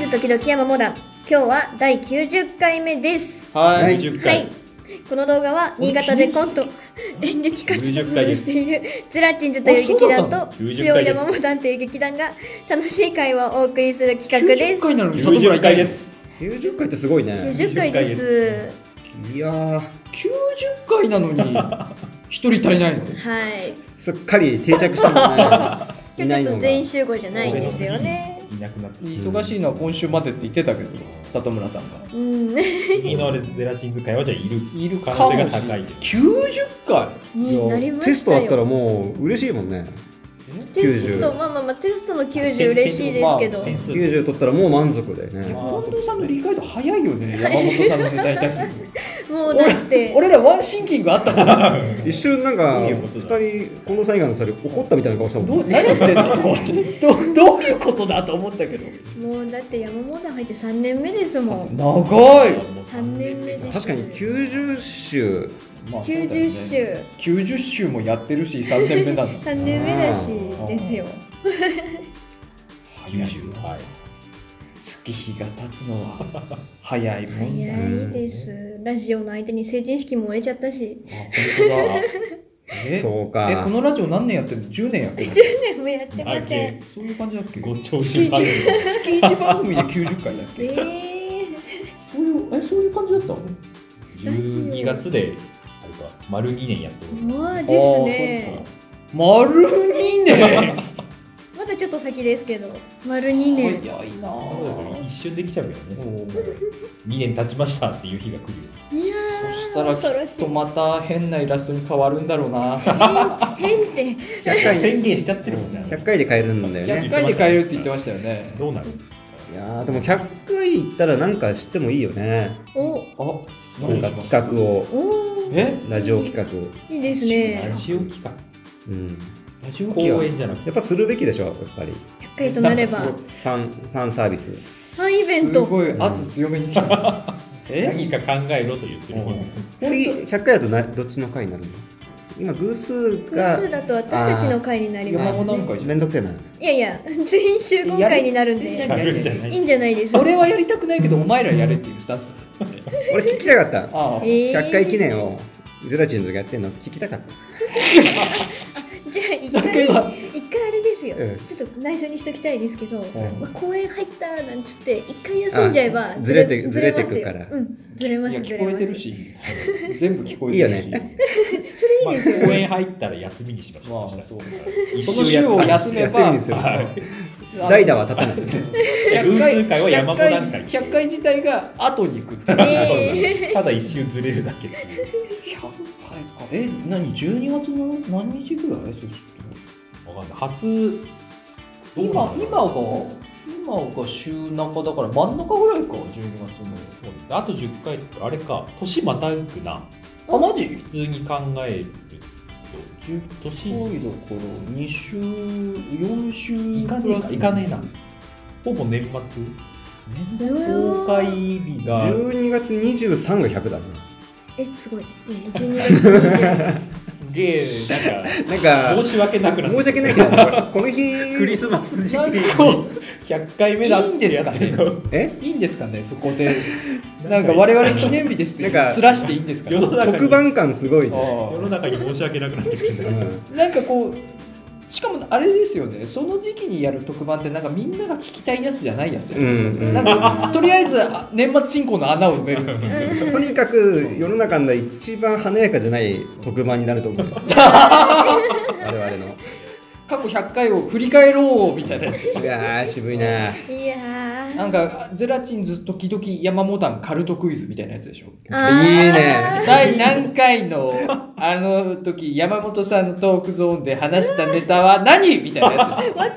ズ時々山モダン今日は第90回目ですはい、はい10は回、いこの動画は新潟でコント演劇活動90回をですしているゼラチンズという劇団と90中央回です山モダンという劇団が楽しい会話をお送りする企画です90回なのに里村90回痛いです90回ってすごいね90回ですいやー90回なの に一人足りないのはいすっかり定着した もんねい今な日いちょっのとが全員集合じゃないんですよねいなくなって忙しいのは今週までって言ってたけど里村さんがうん次のゼラチン使いはじゃあいるいる可か能性もしがれ高ないい90回になりましたよテストあったらもう嬉しいもんねテスト90まあまあまあテストの90嬉しいですけど、点数90取ったらもう満足だよねあー近そう藤さんの理解度早いよね山本さんのネタに対 するもうだって俺らワンシンキングあったもん一瞬なんかどういうことだ2人近藤さん以外の2人怒ったみたいな顔したどもうん何やってんだ と思ってどどういうことだと思ったけどもうだって山本入って3年目ですもん長い三年目です確かに90週まあそうだよね90週90週もやってるし3年目なんだ3年目だしですよ 早い90はい月日が経つのは早いもんだ早いですラジオの相手に成人式も終えちゃったし あ本当だえそうかえこのラジオ何年やってるの10年やってるの10年もやってませんそういう感じだっけご月調子一パネル月一番組で90回だっえー、け そういうえそういう感じだった12月であれか丸2年やってるもうですね丸2年まだちょっと先ですけど丸2年早いなそんなことだから一瞬できちゃうけどねもう2年経ちましたっていう日が来るよいやーそしたら恐ろきしっいとまた変なイラストに変わるんだろうな変って100回宣言しちゃってるもんね100回で買えるんだよ100ね回で変えるって言ってましたよねどうなるいやーでも100回行ったらなんか知ってもいいよねおあなんか企画をおーえラジオ企画をいいですラねジオ企画うんラジオ企公演じゃなくやてっぱするべきでしょやっぱり100回となればなんかファンファンサービスすファンイベントすごい圧強めに来た な何か考えろと言ってるうん次100回だとなどっちの回になるの今偶数偶が数だと私たちの会になりま山す本なんねかじゃんめんどくせえないやいや全員集合会になるんでややるんじゃないいいんじゃないですか俺はやりたくないけどお前らやれっていうスタンス俺聞きたかったああえー100回記念をゼラチンズがやってんの聞きたかったじゃあ一なんか回一今回あれですよ、うんちょっと内緒にしときたいですけど、んまあ、公園入ったなんつって一回休んじゃえばあずれてますずれてよくからうんずれまいやすず聞れこえまてるすし全部聞こいいえてよるしねそれいいですよ公ね、演入ったら休みにしましまょあうそう一そ周の週を休めば休みにす るあの代打は立たな い100偶数回は山本段階100回100回自体が後に行くっていうえただ一周ずれるだけっていう100回かえ何12月の何日ぐらいそうするわかんない初と今今が今が週中だから真ん中ぐらいか12月あと10回ってあれか年またぐなのあマジ普通に考えると10すご年いだから2週4週いかプねえラスかいかねえなほぼ年末ー、年末公開日が12月23が100だねえすごいえ12月20すげえなんなんかか申し訳なくなって申し訳ないいけどねこの 日スマス時期に100回目だっつってやってるのえいいんですかねそこでなんか我々記念日ですってなんかずらしていいんですかね世の中に特番感すごいねあ世の中に申し訳なくなってくるんだうけど、んあなんかこうしかもあれですよねその時期にやる特番ってなんかみんなが聞きたいやつじゃないやつじゃないですか、ねうんうんなんかとりあえずあ年末進行の穴を埋める っていううんとにかく世の中の一番華やかじゃない特番になると 思うよ我々の過去100回を振り返ろうみたいなやつうわー渋いないやーなんかゼラチンズ時々山モダンカルトクイズみたいなやつでしょあーいいね第何回のあの時山本さんのトークゾーンで話したネタは何みたいなやつでしわかょんない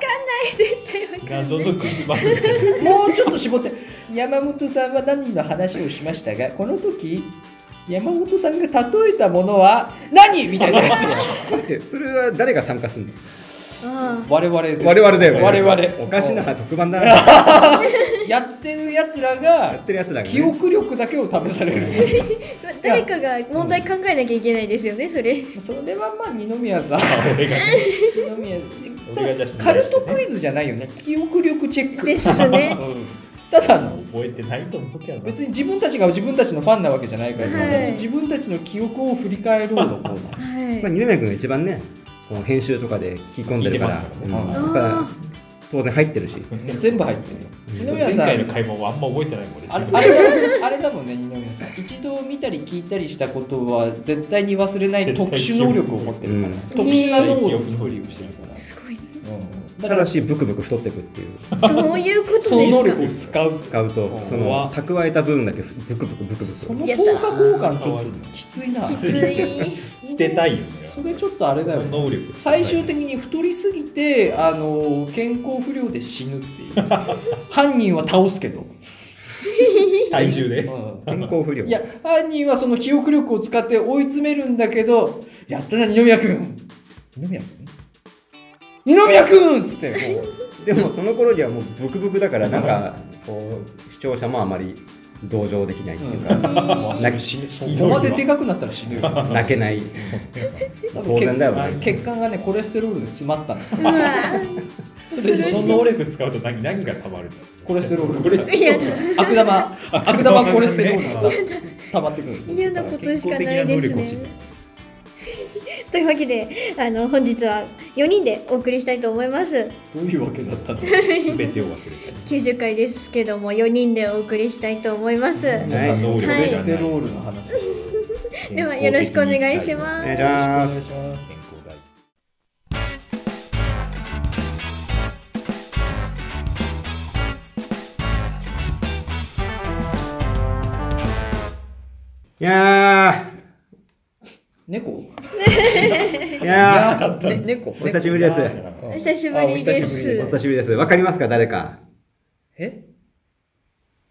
絶対わかんない謎のクイズ番組みたいなもうちょっと絞って山本さんは何の話をしましたがこの時山本さんが例えたものは何みたいなやつが待ってそれは誰が参加するのあ 我々です我々だよね我々おかしな特番だなやってるやつらやがってるやつだから記ね憶力だけを試されるっていうー誰かが問題考えなきゃいけないですよねそれ それはまあ二宮 さん俺がね二宮俺が出してカルトクイズじゃないよね記憶力チェックですねうんただの覚えてないと思うけどな別に自分たちが自分たちのファンなわけじゃないから、はいでも自分たちの記憶を振り返ろうのコーナーはい。まあ、二宮君が一番ね、この編集とかで聞き込んでるから、聞いてうんますからねだから当然入ってるし、全部入ってるよ二宮前さん回の会話はあんま覚えてないもんねあれあれだあれだもんね二宮さん一度見たり聞いたりしたことは絶対に忘れない特殊能力を持ってるから、うん特殊な能力を作りをしてるから、すごい。うん、だたかだらし、ブクブク太ってくっていう、どういうことですそか。の能力を使う使うと う、んそうのわ蓄えた分だけブクブクブクブそク。の効果交換ちょっときついなきつい。捨てたいよねそれちょっとあれだよね能力最終的に太りすぎてあの健康不良で死ぬって いう犯人は倒すけど、体重でう健康不良。んいや犯人はその記憶力を使って追い詰めるんだけどやったな二宮君二宮君二宮君っつってもうでもその頃にはもうブクブクだから、なん か、こう、視聴者もあまり同情できないっていうか、泣きここまででかくなったら死ぬよだ泣け ない。と血当然だよね血管がねコレステロールで詰まったのうわ。それれででそそのの能力使うと何何がたまるのコレステロールコレステ嫌ロールだ。悪玉悪玉コレステロールが溜まってくる嫌なことしかないですね。 というわけで、あの本日は4人でお送りしたいと思います。どういうわけだったのすべてを忘れたい90回ですけども、4人でお送りしたいと思います。で皆さん能コ力がないレステロールの話はよろしくお願いしおま願いすし。ます。願いします健康第一いや猫ー、いやだったね猫お久しぶりですお久しぶりあおで久しぶりですー、おす。久しぶりです。わかりますか、誰か。え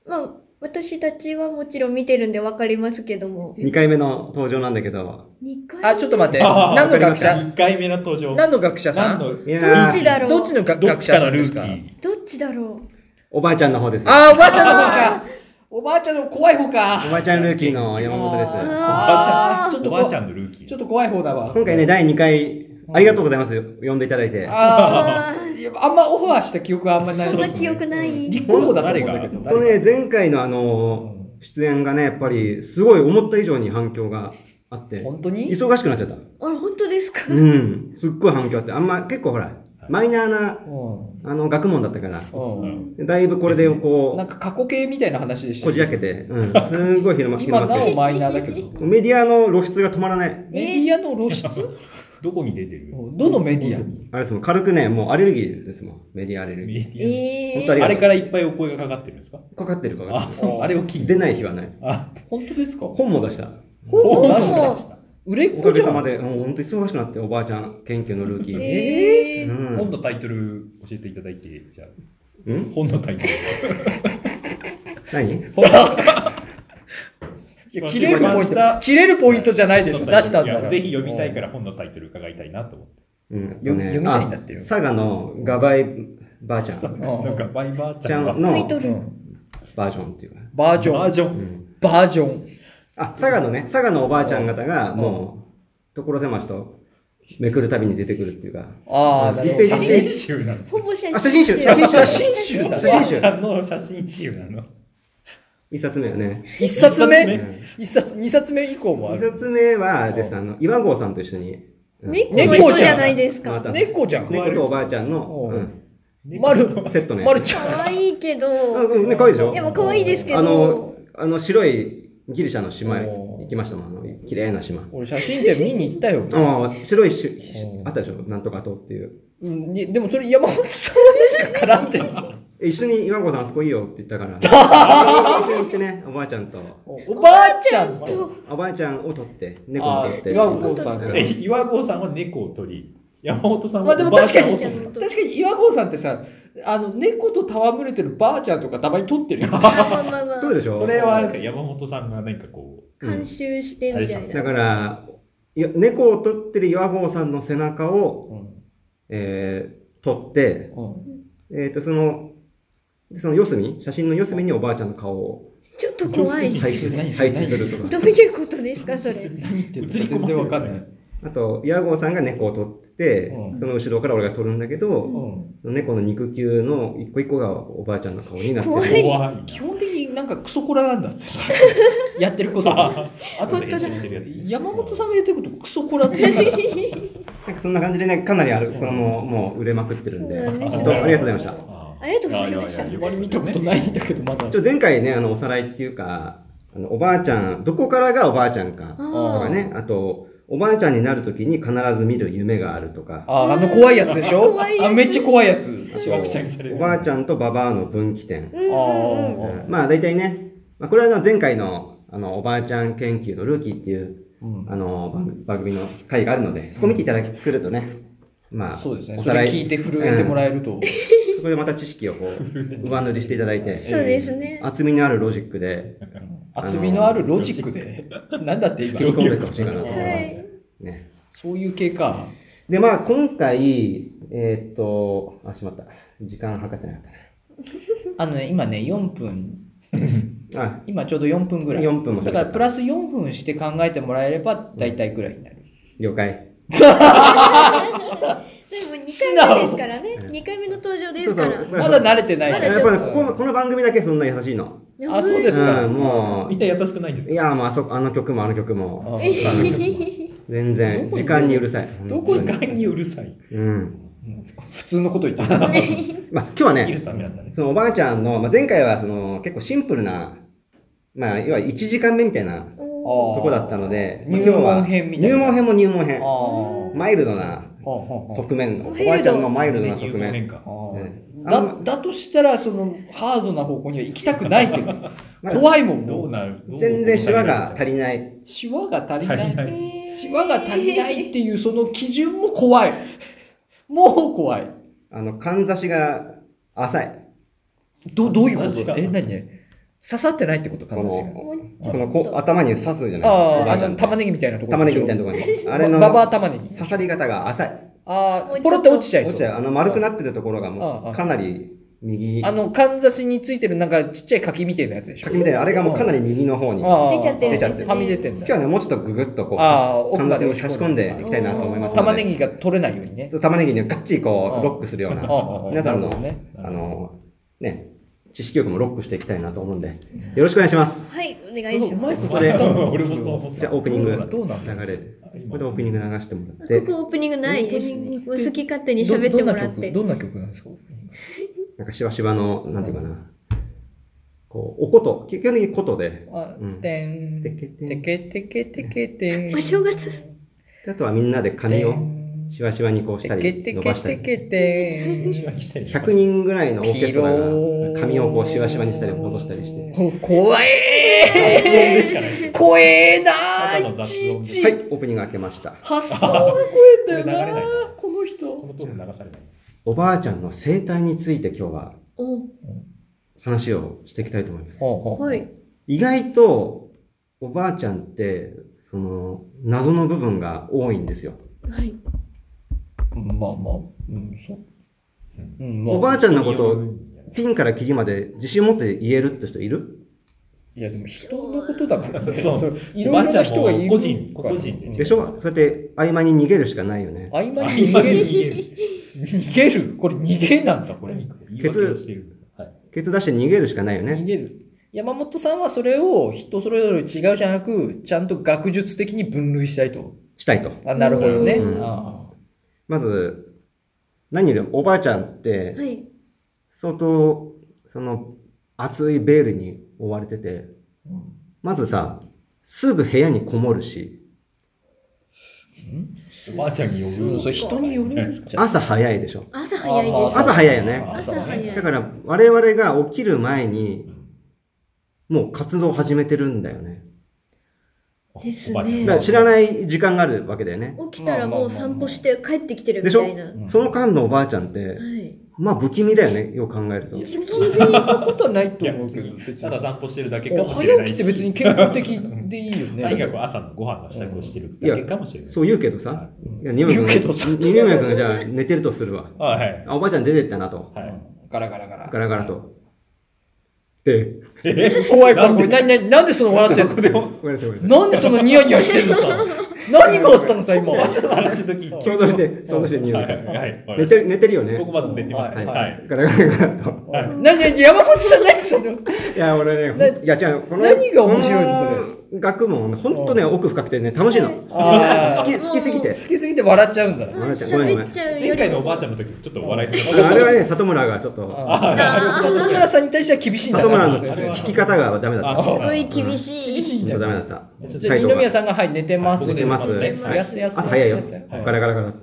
まあ、私たちはもちろん見てるんでわかりますけども。 2回目の登場なんだけど、二回あちょっと待ってあー何の学者1回目の登場何の学者さ何んのいやどっちだーろうどっちのがどっ学ちか者さのんでルすーキかーどっちだろうおばあちゃんの方です。おばあーおばあちゃんの方かおばあちゃんの怖い方かあちゃんルーキーの山本です。あーあーちょっおとばあちゃんんのルーキーちょっと怖い方だわ今回ね、第2回、ありがとうございます。呼んでいただいて。ああーいやあんまオファーした記憶はあんまないーそんなう記憶ない。立候補だと思うんだけど誰とね、前回のあの、出演がね、やっぱり、すごい思った以上に反響があって、本当に忙しくなっちゃっ た。あれ、本当ですか、うん。すっごい反響あって、あんま、結構ほら、マイナーな、うあの、学問だったから、んうんだいぶこれでなんこか過去形みたいな話でしう、たこよじ開けて、うん。すごい広ま広今まなっおて。マイナーだけどメディアの露出が止まらない。メディアの露出どこに出てるどのメディアにあれですもん、軽くね、もうアレルギーですもん。メディアアレルギー。メディえ本当あアのありがとうれからいっぱいお声がかかってるんですかかかってるかかあってそうあれを聞る。い出てない日はない。あ本当ですか本も出した。本を出し本たを売れっお子かげじゃさまんで、うん本当忙しくなって、おばあちゃん、研究のルーキー、ー。えー、うん本のタイトル教えていただいてじゃあうん本のタイトル何いや切れるポイント切れるポイントじゃないでしょ出したんだいらやぜひ読みたいから本のタイトル伺いたいなと思ってうんよ読みたいんだってよあ佐賀のガバイばあちゃんそううんなんかバイバーちちゃゃんがんタイのトル、バージョンっていうか。バージョバーンジョうンんバージョンあ、佐賀のね、佐賀のおばあちゃん方が、もう、所狭しとめくるたびに出てくるっていうか。ああなるほどリペ写ージ真集なのほぼ写あ写真真集集。写真集写真集写だ真ね集おばあちゃんの写真集なの一冊目はね。一冊え目うん一冊二冊目以降もあ二る冊目はです、あの、岩合さんと一緒に。うん猫猫じじゃゃなないいですまか。た猫じゃん猫とおばあちゃんのおう、うんまるセットね。まるちゃん可愛いけうんど、うん、ね、可愛いでしょでも可愛いですけあのど、、あの白いギリシャの島へおー行きましたもん、あの綺麗な島。俺写真展見に行ったよああ、白いししおーあったでしょ、なんとか島っていう。うんにでもそれ山本さんは何か絡んでるのえ一緒に岩子さんあそこいいよって言ったから、一緒に行ってね、おばあちゃんと、おばあちゃんとおばあちゃんを取って、猫を取って。あー岩合さんうえ岩合さんは猫を取り山本さんまあはでもおばあちゃんを確取かるに確かに岩合さんってさあの猫と戯れてるばあちゃんとかたまに撮ってるよまあまあまあまあどうでしょうそれはなんか山本さんが何かこう監修してみたいだな。から、いや猫を取ってる岩合さんの背中を、うんえー、取って、うんえっ、と、その、でその四隅、写真の四隅におばあちゃんの顔をちょっと怖い。配置何配置するとか。どういうことですか、それ。何言ってるの映り込全ませ然るわかんないあと、ヤーゴンさんが猫を取ってて、うんその後ろから俺が取るんだけど、うんその猫の肉球の一個一個がおばあちゃんの顔になって怖る。い怖いな基本的になんかクソコラなんだって それやってることがあと練習してるやつ山本さんが言ってることクソコラって言う からなんかそんな感じでね、かなりある、これももう売れまくってるんで、うん本当ありがとうございました。あありがとうございましたやあやまやりよ見かたっこですとねないんだけどまだちょ前回ね、あの、おさらいっていうか、あのおばあちゃん、どこからがおばあちゃんか、とあかーね、あと、おばあちゃんになるときに必ず見る夢があるとか、ああの怖いやつでしょ怖いやつあめっちゃ怖いやつしわくちゃにされるおばあちゃんとババアの分岐点。うんうんうんあまあ大体ね、まあ、これはあの前回のあのおばあちゃん研究のルーキーっていううんあの番番組の回があるので、そこ見ていただくるとね、まあ、そうですねおそされらい、聞いて震えてもらえるとうんそこでまた知識をこう上塗りしていただい て、そうですね。厚みのあるロジックで厚みのあるロジックでなんだって切り今込んでいってほしいかなと思いますはねい。ねそういう系かで、まあ、今回、えーっと、あ、しまった。時間計ってなかっあのね今ね4分たな。あ、今ちょうど4分ぐらい4分も喋だったからプラス4分して考えてもらえれば大体ぐらいになる了解。それもう2回目ですからね。2回目の登場ですから。そうそうまだ慣れてないまからだやちっょぱっねと、こここの番組だけそんな優しいの。やばいあそうですかうん、もみんな優しくないんですう、いや、もうあそこ、あの曲もあの曲も、ああの曲も全然、どこに時間にうるさい。どこ時に本間にうるさい当にうん。普通のこと言ったなまあ、今日はね、生きるためなんだねそのおばあちゃんの、まあ、前回はその結構シンプルな、まあ、要は1時間目みたいなおーとこだったので、まあ入今日は門編みたい入な門編も入門あ編。ーマイルドなはあはあはあ側面、おマイルドばあちゃんのマイルドな側入門面。変化うんああんーまだだとしたらそのハードな方向には行きたくないけどまあ怖いもんどもううなる全然シワが足りない。シワが足りな足りないいシワが足りないっていうその基準も怖いもう怖いあの、かんざしが浅い。どどういうこと話がえ何刺さってないってことこ感の、じがもうこのこう頭に刺すじゃないあーあんのって玉ねぎみたいなところ玉ねでぎしょみたいなところに。あれの ババア玉ねぎ刺さり方が浅い。あもうちょあっとポロって落ちちゃいそう落ちちゃうあの、丸くなってるところがああもあう、かなり右。あの、かんざしについてるなんかちっちゃい柿みたいなやつでしょかきみたいな、あれがもうかなり右の方に。あー出ちゃってるんですね出ちゃってはみ出てん今だ日。はね、もうちょっとググッとこう、あー奥関まで節を差し込んでいきたいなと思いますので、玉ねぎが取れないようにね。玉ねぎにがっちりあこーう、ロックするような、ああ皆さんなるの、ほどねあの、ね、知識欲もロックしていきたいなと思うんで、よろしくお願いします。はい、お願いします。うまいここで俺もそう思ったじゃあ、オープニング、どうなんだ流ろうれる。ここでオープニング流してもらってこ、こオープニングないですオープニねン。もグうって好き勝手に喋ってもらっどて。どんな曲どんな曲なんですかなんかしばしばの、なんていうかな、こう、おこと、基本的にことで、あうん、てん、てけてんてけてけてけてん。 お正月であとはみんなで髪てをんしばしばにこうしたてけてり、伸けばしたてり。けてん。 100 100人ぐらいのオーケストラピローが髪をこうしわしわにしたり戻したりして。こ怖雑音えでしかないー怖えなただのーい雑ちい音ち、はい、オープニング開けました。発想が怖えんだよ流れなないーこの人このトーン流されないおばあちゃんの生態について今日はお話をしていきたいと思います。は。はい意外と、おばあちゃんって、その、謎の部分が多いんですよ。はい。まあまあ、うん、そう。うん、まあ、おばあちゃんのことうをんピンからキリまで自信持って言えるって人いるいやでも人のことだからね。そうれいろいろな人がいるおばあちゃんも個人個人うんででしょそうやって合間に逃げるしかないよね。曖あ昧に今逃にげ逃げる。る逃げるこれ逃げなんだ、ここれれ。言い訳をしているはいケツ出して逃げるしかないよ逃ね。げる。山本さんはそれを人それぞれ違うじゃなく、ちゃんと学術的に分類したいと。したいと。あ、なるほどね。うんあまず、何よりおばあちゃんって、はい。相当その厚いベールに覆われててあまずさすぐ部屋にこもるしおばあちゃんによそるうそう、人によるんじゃない朝早いでしょ朝早いです。朝早いよね朝早いだから我々が起きる前にもう活動を始めてるんだよねですねおばあちゃんだから知らない時間があるわけだよね起きたらもう散歩して帰ってきてるみでしょたいな。はうんその間のおばあちゃんってい。まあ不気味だよねよく考えるといや、そんなたことないといや思うけど、別にただ散歩してるだけかおもしれ早な起きいっして別に健康的でいいよね。大学朝のご飯の支度をしてるだけかもしれないそう言うけどさいや二宮君言うけどさ二宮君がじゃあ寝てるとするわあはいあおばあちゃん出てったなとはいうんガラガラガラ。ガラガラとえ怖い怖い怖い。なになになんでその笑ってんのでもえ。ごめんなさい、ごめんなさなんでそのニヤニヤしてんのさ。何があったのさ、今。話の時い。想像して、想像して匂いはいが。はいはい寝てる、寝てるよね。僕まず寝てますねははいい、ガラガラガラと。はい何何山本さん何そのいや、俺なね、ほんいや、違う、この。何が面白いのこの学問、本当ね、奥深くてね、楽しいの。あー好き、好きすぎて。好きすぎて笑っちゃうんだ。ごめんなさいごめんごめん喋っちゃうより前回のおばあちゃんの時ちょっと笑いそうあれはね、里村がちょっと。あー里村さんに対しては厳しいんだな。里村の先生聞き方がダメだった。すあごい厳しい。厳しいんちだょっとダ。よメだった。じゃあ二宮さんがはい寝てます。僕寝てます。寝てますねはいすやすやすや朝早いよすやすや。ガラガラガラ。はい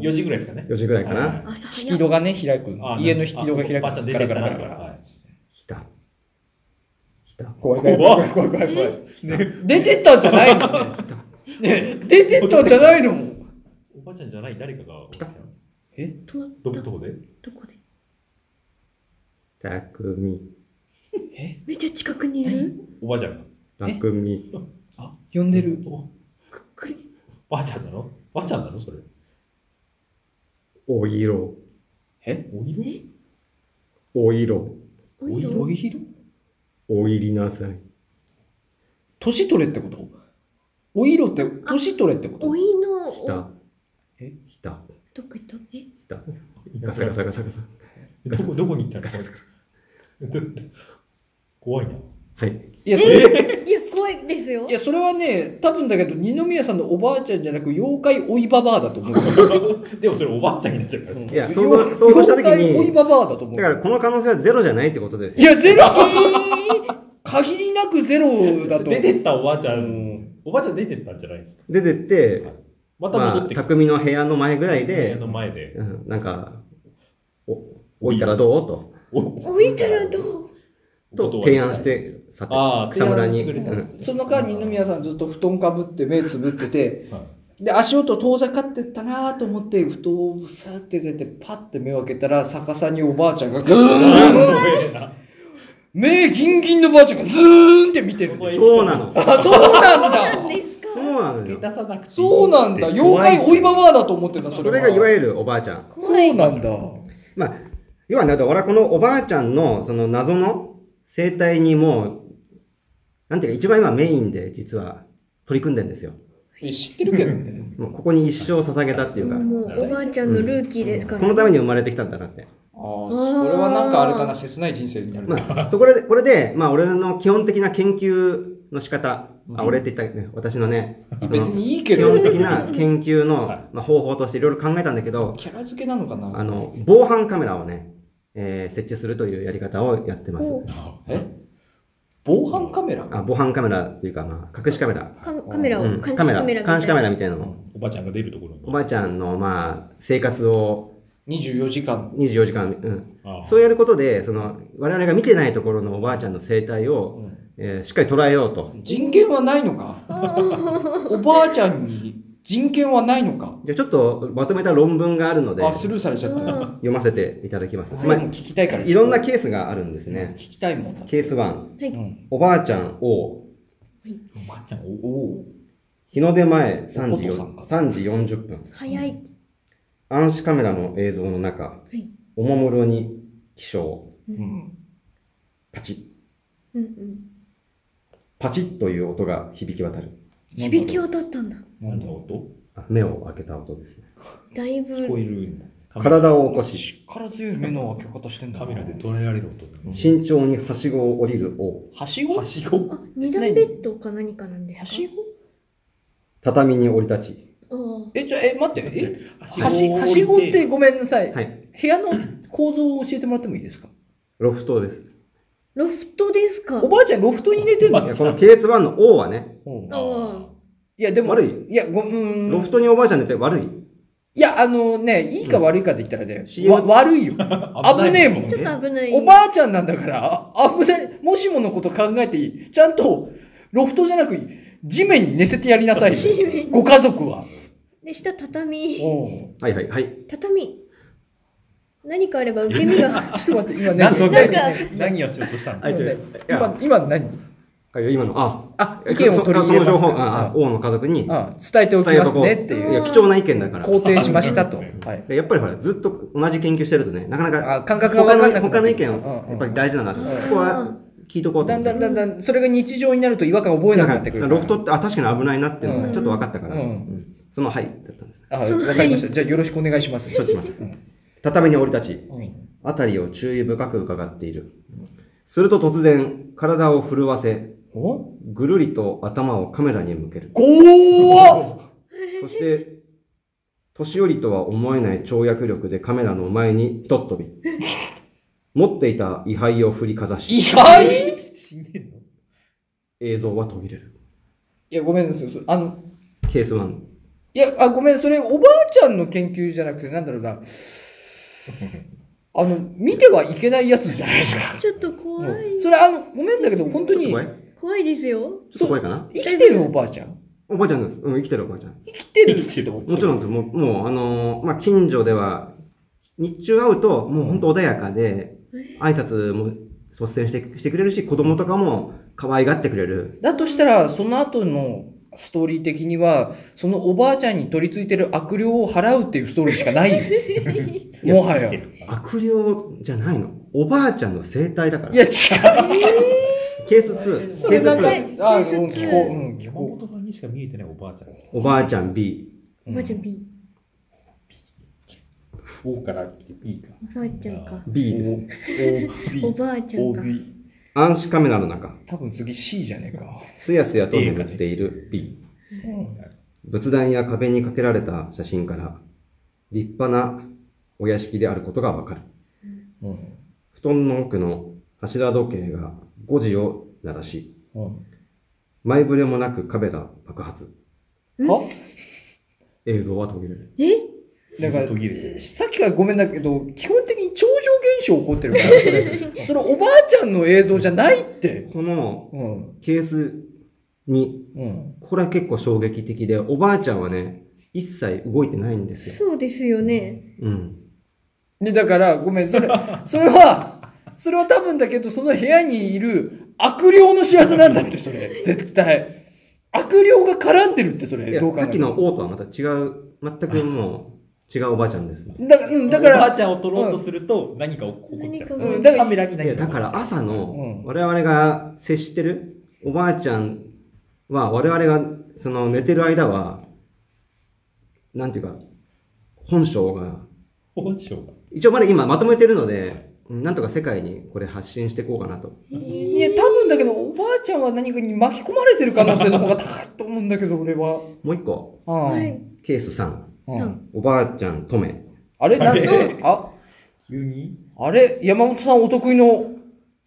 4時ぐらいですかね4時ぐらいかはな。朝早引き戸がね開くあ。家の引き戸があ開おばあちゃん出く。ガてラるかなガラガラとガかラ。はい来た。来た。怖い怖い怖い怖い怖い怖い。ね出てったんじゃないのね。ね出てったんじゃないの。おばあちゃんじゃない誰かがお客さんえとどこどこでどこでたくみ。えめっちゃ近くにいるおばあちゃんがたくみ。あ呼んでる。おくっくりばあちゃんなのばあちゃんなのそれお色。えお色お色。おお色おいひる。お入りなさい。年取れってことお色って年取れってことおいの来た。え来た。どこ行ったのえ来た。ガサガサガサガサ。どこどこに行ったガサのガサガサ。どど怖 いなはい。いやそれいや怖いですよいやそれはね多分だけど二宮さんのおばあちゃんじゃなく妖怪おいばばあだと思うよ、でもそれおばあちゃんになっちゃうからうんいや想像想像した時に妖怪おいばばあだと思うだからこの可能性はゼロじゃないってことですいよ。やゼロ限りなくゼロだと出てったおばあちゃうんんおばあちゃん出てったんじゃないですか出てって、また戻っまあ、てきた匠の部屋の前ぐらい部屋で、の前でうん、なんか、お置いたらどうとお置いたらどうと提案してさてああ草むらに、提案してくれたんですねうんその間二宮さんずっと布団かぶって目つぶっててはいで足音遠ざかってったなと思って布団をさーって出てパッて目を開けたら逆さにおばあちゃんがグーン目ギンギンのばあちゃんがズーンって見てるんでしょそうなのあそうなんなん だですかそうなの付よけ足さなくていいそうなんだ妖怪おいばばあだと思ってたそれそはれがいわゆるおばあちゃんそうなんだまあ要はねだから俺はこのおばあちゃんのその謎の生態にもうなんていうか一番今メインで実は取り組んでんですよえ知ってるけどねもうここに一生捧げたっていうか、もうおばあちゃんのルーキーですから、このために生まれてきたんだなって、ああそれはなんかあれかな切ない人生になるな まあ、とこれでこれで、まあ、俺の基本的な研究の仕方あ俺って言ったね私のねその 別にいいけ基ど本的な研究 の、はいまあ、方法としていろいろ考えたんだけど、キャラ付けなのかなあの、防犯カメラをね、えー設置するというやり方をやってます。おえ防犯カメラあ防犯カメラっていうか、まあ、隠しカメラ。かカメラを、うん監視カメラみたいな監視カメラみたいなの。おばあちゃんが出るところにおばあちゃんの、まあ、生活を24時間24時間、うん。ああそうやることで、その、我々が見てないところのおばあちゃんの生態を、えーしっかり捉えようと。人権はないのかおばあちゃんに人権はないのかじゃあちょっとまとめた論文があるので、あスルーされちゃったあ読ませていただきます。ま俺あ、も聞きたいからいろんなケースがあるんです聞ね。きたいもんだケース1、ーはい、うんおばあちゃんをおばあちゃんおお日の出前3時およ父さんか3時40分早い、暗視カメラの映像の中はいおもむろに起床うんパチッうんうん、パチッという音が響き渡る響き渡ったんだなんだのろ音あ目を開けた音ですねだいぶ聞こえるんだ体をう起こし力強い目の開け方してんだカなメラで捉えられる音慎重にはしごを降りる王はしごはしごあ二段ベッドか何かなんですかはしご畳に降り立ちあーえ、じゃあ、え、待って、え、はしはしごはしごってごめんなさい。はい部屋の構造を教えてもらってもいいですかロフトですロフトですかおばあちゃんロフトに寝てんいのやこのケース1の王はねあーいや、でも、悪いいや、ご、うーん。ロフトにおばあちゃん寝て悪いいや、あのね、いいか悪いかで言ったらね、 CM わ悪いよ。危ねえもんちょっと危ないおばあちゃんなんだから、あ危ない、もしものこと考えていい。ちゃんと、ロフトじゃなく、地面に寝せてやりなさいよ。地面にご家族は。 で下畳おうはいはいはい畳何かあれば受け身 がちょっと待って、今ね、何のなんか何をしようとしたのはいちょっといや待って今、今何あいや今のああ、意見を取り入れますそかの情報ああ王の家族にあ伝えておきますねっていいうや貴重な意見だから肯定しましたと。うはんい。でやっぱりほらずっと同じ研究してるとねなかなかあ感覚が分かんなくな他のって意きた見はやっぱり大事だなとうんそこは聞いとこうとだ思んってだんだんだん、それが日常になると違和感覚えなくなってくるから。ロフトって、あ、確かに危ないなっていうのがちょっと分かったから、うんうんそのはいだったんです。あ、わかりました。じゃあよろしくお願いします。承知しました。畳に降り立ち、うん辺りを注意深く伺っている。すると突然、体を震わせ、おぐるりと頭をカメラに向ける。怖っそして、年寄りとは思えない跳躍力でカメラの前にひとっ飛び。持っていた位牌を振りかざ意し、外死んでんのい映像は途切れる。や、ごめんなさい。そあの、ケース1。いや、あ、ごめん、それ、おばあちゃんの研究じゃなくて、なんだろうな。あの、見てはいけないやつじゃないですか。ちょっと怖ういん。それ、あの、ごめんだけど、本当に怖、いちょ怖いですよ。っと怖いかな生きてるおばあちゃんおばあちゃんです。うん、生きてるおばあちゃん。生きてる生きてるもちろんん。ですよ。もう、もうあのーまあ、近所では、日中会うと、もう本当穏やかで、挨拶も率先してしてくれるし、子供とかも可愛がってくれる。だとしたら、その後のストーリー的には、そのおばあちゃんに取り付いてる悪霊を払うっていうストーリーしかないよ。もはや。い悪霊じゃないの。おばあちゃんの生態だから。や、違う。ケース2、そケれースなんか2、あ、うん、警察聞こう。うん、聞山こ本さんにしか見えてないおばあちゃん。おばあちゃん B。う。おばあちゃん B。 O から来ていいか。おばあちゃんか。 B ですね。おばあちゃんか。 OB。暗視カメラの中、多分次 C じゃねえか。すやすやと眠っている B。仏壇や壁にかけられた写真から、立派なお屋敷であることがわかる。うん。布団の奥の柱時計が5時を鳴らし、うん。前触れもなくカメラ爆発。は映像は途切れる。えだから途切れてるさっきからごめんだけど、基本的に超常現象起こってるから、それ、そのおばあちゃんの映像じゃないって。このうん。ケース2、うん。これは結構衝撃的で、おばあちゃんはね、一切動いてないんですよ。そうですよね。うん。で、だから、ごめん、それ、それは、それは多分だけど、その部屋にいる悪霊の仕業なんだって、それ。絶対。悪霊が絡んでるって、そいれ。やどう考えさってきの O とはまた違う、全くもう違うおばあちゃんです。だから、うん、だかおばあら、ちゃんを撮ろうとすると何か起こっちゃう。何かがうんだからカメラにいや何だから朝うんの我々が接してるおばあちゃんは我々がその寝てる間はなんていうか本性が本性が。一応まだ今まとめてるのでなんとか世界にこれ発信していこうかなといや、多分だけど、おばあちゃんは何かに巻き込まれてる可能性の方が高いと思うんだけど、俺は。もう一個あはい。ケース3さあん。おばあちゃんとめあれなんはでい、あ、急にあれ山本さんお得意の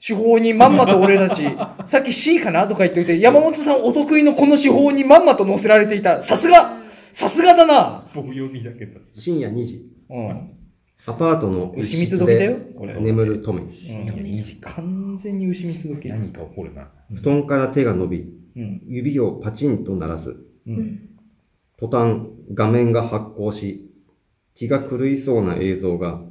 手法にまんまと 俺たち、さっき C かなとか言っておいて、山本さんお得意のこの手法にまんまと載せられていた。さすがさすがだな棒読みだけど。深夜2時うん。アパートの一牛蜜室時だよで、これ。うん眠るとめ完全に牛蜜時。何か起こるな。布団から手が伸びうん。指をパチンと鳴らすう。うんん途端画面が発光し気が狂いそうな映像が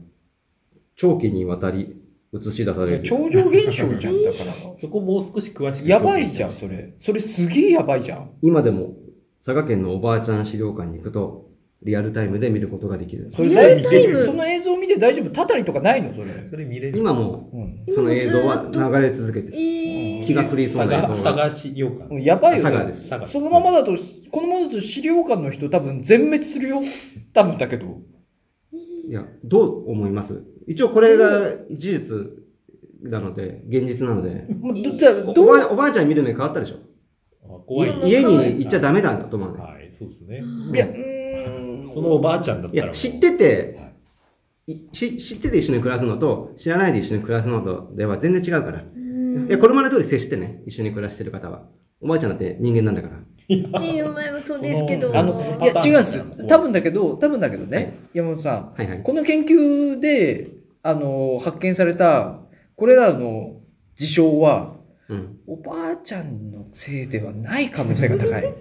長期にわたり映し出される超常現象じゃん、だから。 そこもう少し詳しく。やばいじゃん、それ。それすげえやばいじゃん。今でも佐賀県のおばあちゃん資料館に行くとリアルタイムで見ることができるそれリアルタイムその映像見て大丈夫たたりとかないのそれ。それ見れる。今もうん。その映像は流れ続けてえるー気が狂いそ探うな映像が探しようか。やばいよ、そ佐れ賀です探そのままだと、このままだと資料館の人多分全滅するよ。多分だけど。いやどう思います一応これが事実なので現実なのでまあどじゃあどおうばあおばあちゃん見る目変わったでしょあ怖いね。家に行っちゃダメだと思うねはい、そうですね。いや、うーん。そのおばあちゃんだっいたらもや、う。知ってて、いし知ってて一緒に暮らすのと、知らないで一緒に暮らすのとでは全然違うから。うんいや、これまで通り接してね、一緒に暮らしてる方は。おばあちゃんだって人間なんだから。ねお前もそうですけど。そあその、いパターや、違ンうんですよみたいな。多分だけど、多分だけどね、はい山本さん。はいはい。この研究で、あの、発見された、これらの事象は、うん。おばあちゃんのせいではない可能性が 高い。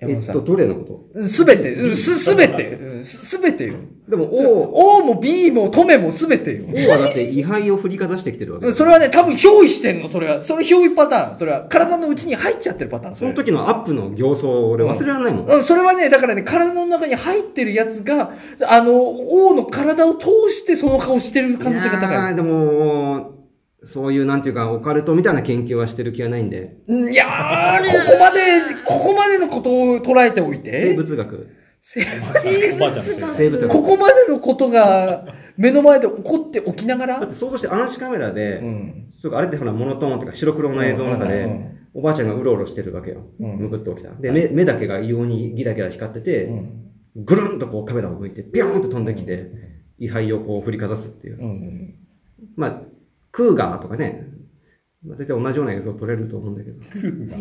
山え本っさと、ん。どれのこすべて、うんす、すべて、うんすすべてよ。とでも、O、 O も B もトメもすべてよ。 O はだって位牌を振りかざしてきてるわけうだんそれはね、多分憑依してんの、それは。それ憑依パターン。それは、体の内に入っちゃってるパターン。そそれの時のアップの形相を俺忘れられないもん。うん、それはね、だからね、体の中に入ってるやつが、あの、王の体を通してその顔してる可能性がいや高い。ーでも、そういうなんていうか、オカルトみたいな研究はしてる気はないんで、いやー、ここまで、ここまでのことを捉えてお生いて、物学。せおばあちゃんです生物学ここまでのことが目の前で起こっておきながだっら、て想像して暗視カメラで、ん、ちょっとあれってほら、モノトーンとか白黒の映像の中で、おばあちゃんがうろうろしてるわけよ。うんむくって起きた。で、目目だけが異様にギラギラ光ってて、うんぐるんとこうカメラを向いて、ピョーンと飛んできて、位牌をこう振りかざすっていう。うん、まあ、クーガーとかね、まあ、大体同じような映像撮れると思うんだけど。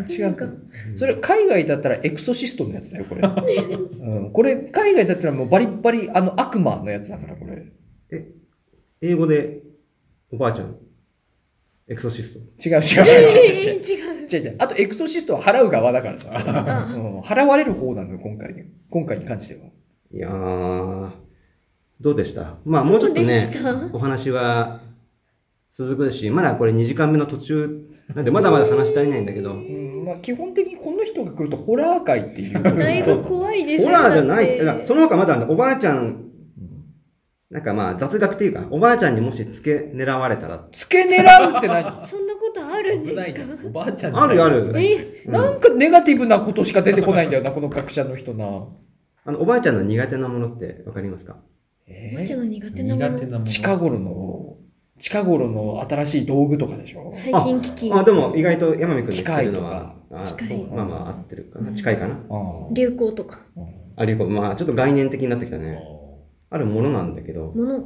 違うかそれ海外だったらエクソシストのやつだよこれ、うん、これ海外だったらもうバリッバリあの悪魔のやつだからこれ英語で、おばあちゃん、エクソシスト。違う違う違う違う違違うう。違う違うあとエクソシストは払う側だからさ、あうん、払われる方なのよ今回今回に関してはいやー、どうでしたまあ、もうちょっとねどうでした、お話は続くし、まだこれ2時間目の途中、なんでまだまだ話し足りないんだけど、うんまあ、基本的にこの人が来るとホラー界っていうことだいでぶ怖いですホよラーじゃない、だだかってらその他まだあのおばあちゃん、うんなんかまあ雑学っていうか、おばあちゃんにもし付け狙われたら、付け狙うって何そんなことあるんですかおばあちゃんあるよある。えうんなんかネガティブなことしか出てこないんだよなこの学者の人なあのおばあちゃんの苦手なものってわかりますかおばあえちゃんの苦手な苦も手のなもの。近頃の近頃の新しい道具とかでしょ最新機器あ、でも意外と山見君の言ってるのは、あ機械とか機械そうまあまあ合ってるかな。近いかな。あ流行とかあありこまあちょっと概念的になってきたあね。あるものなんだけど、もの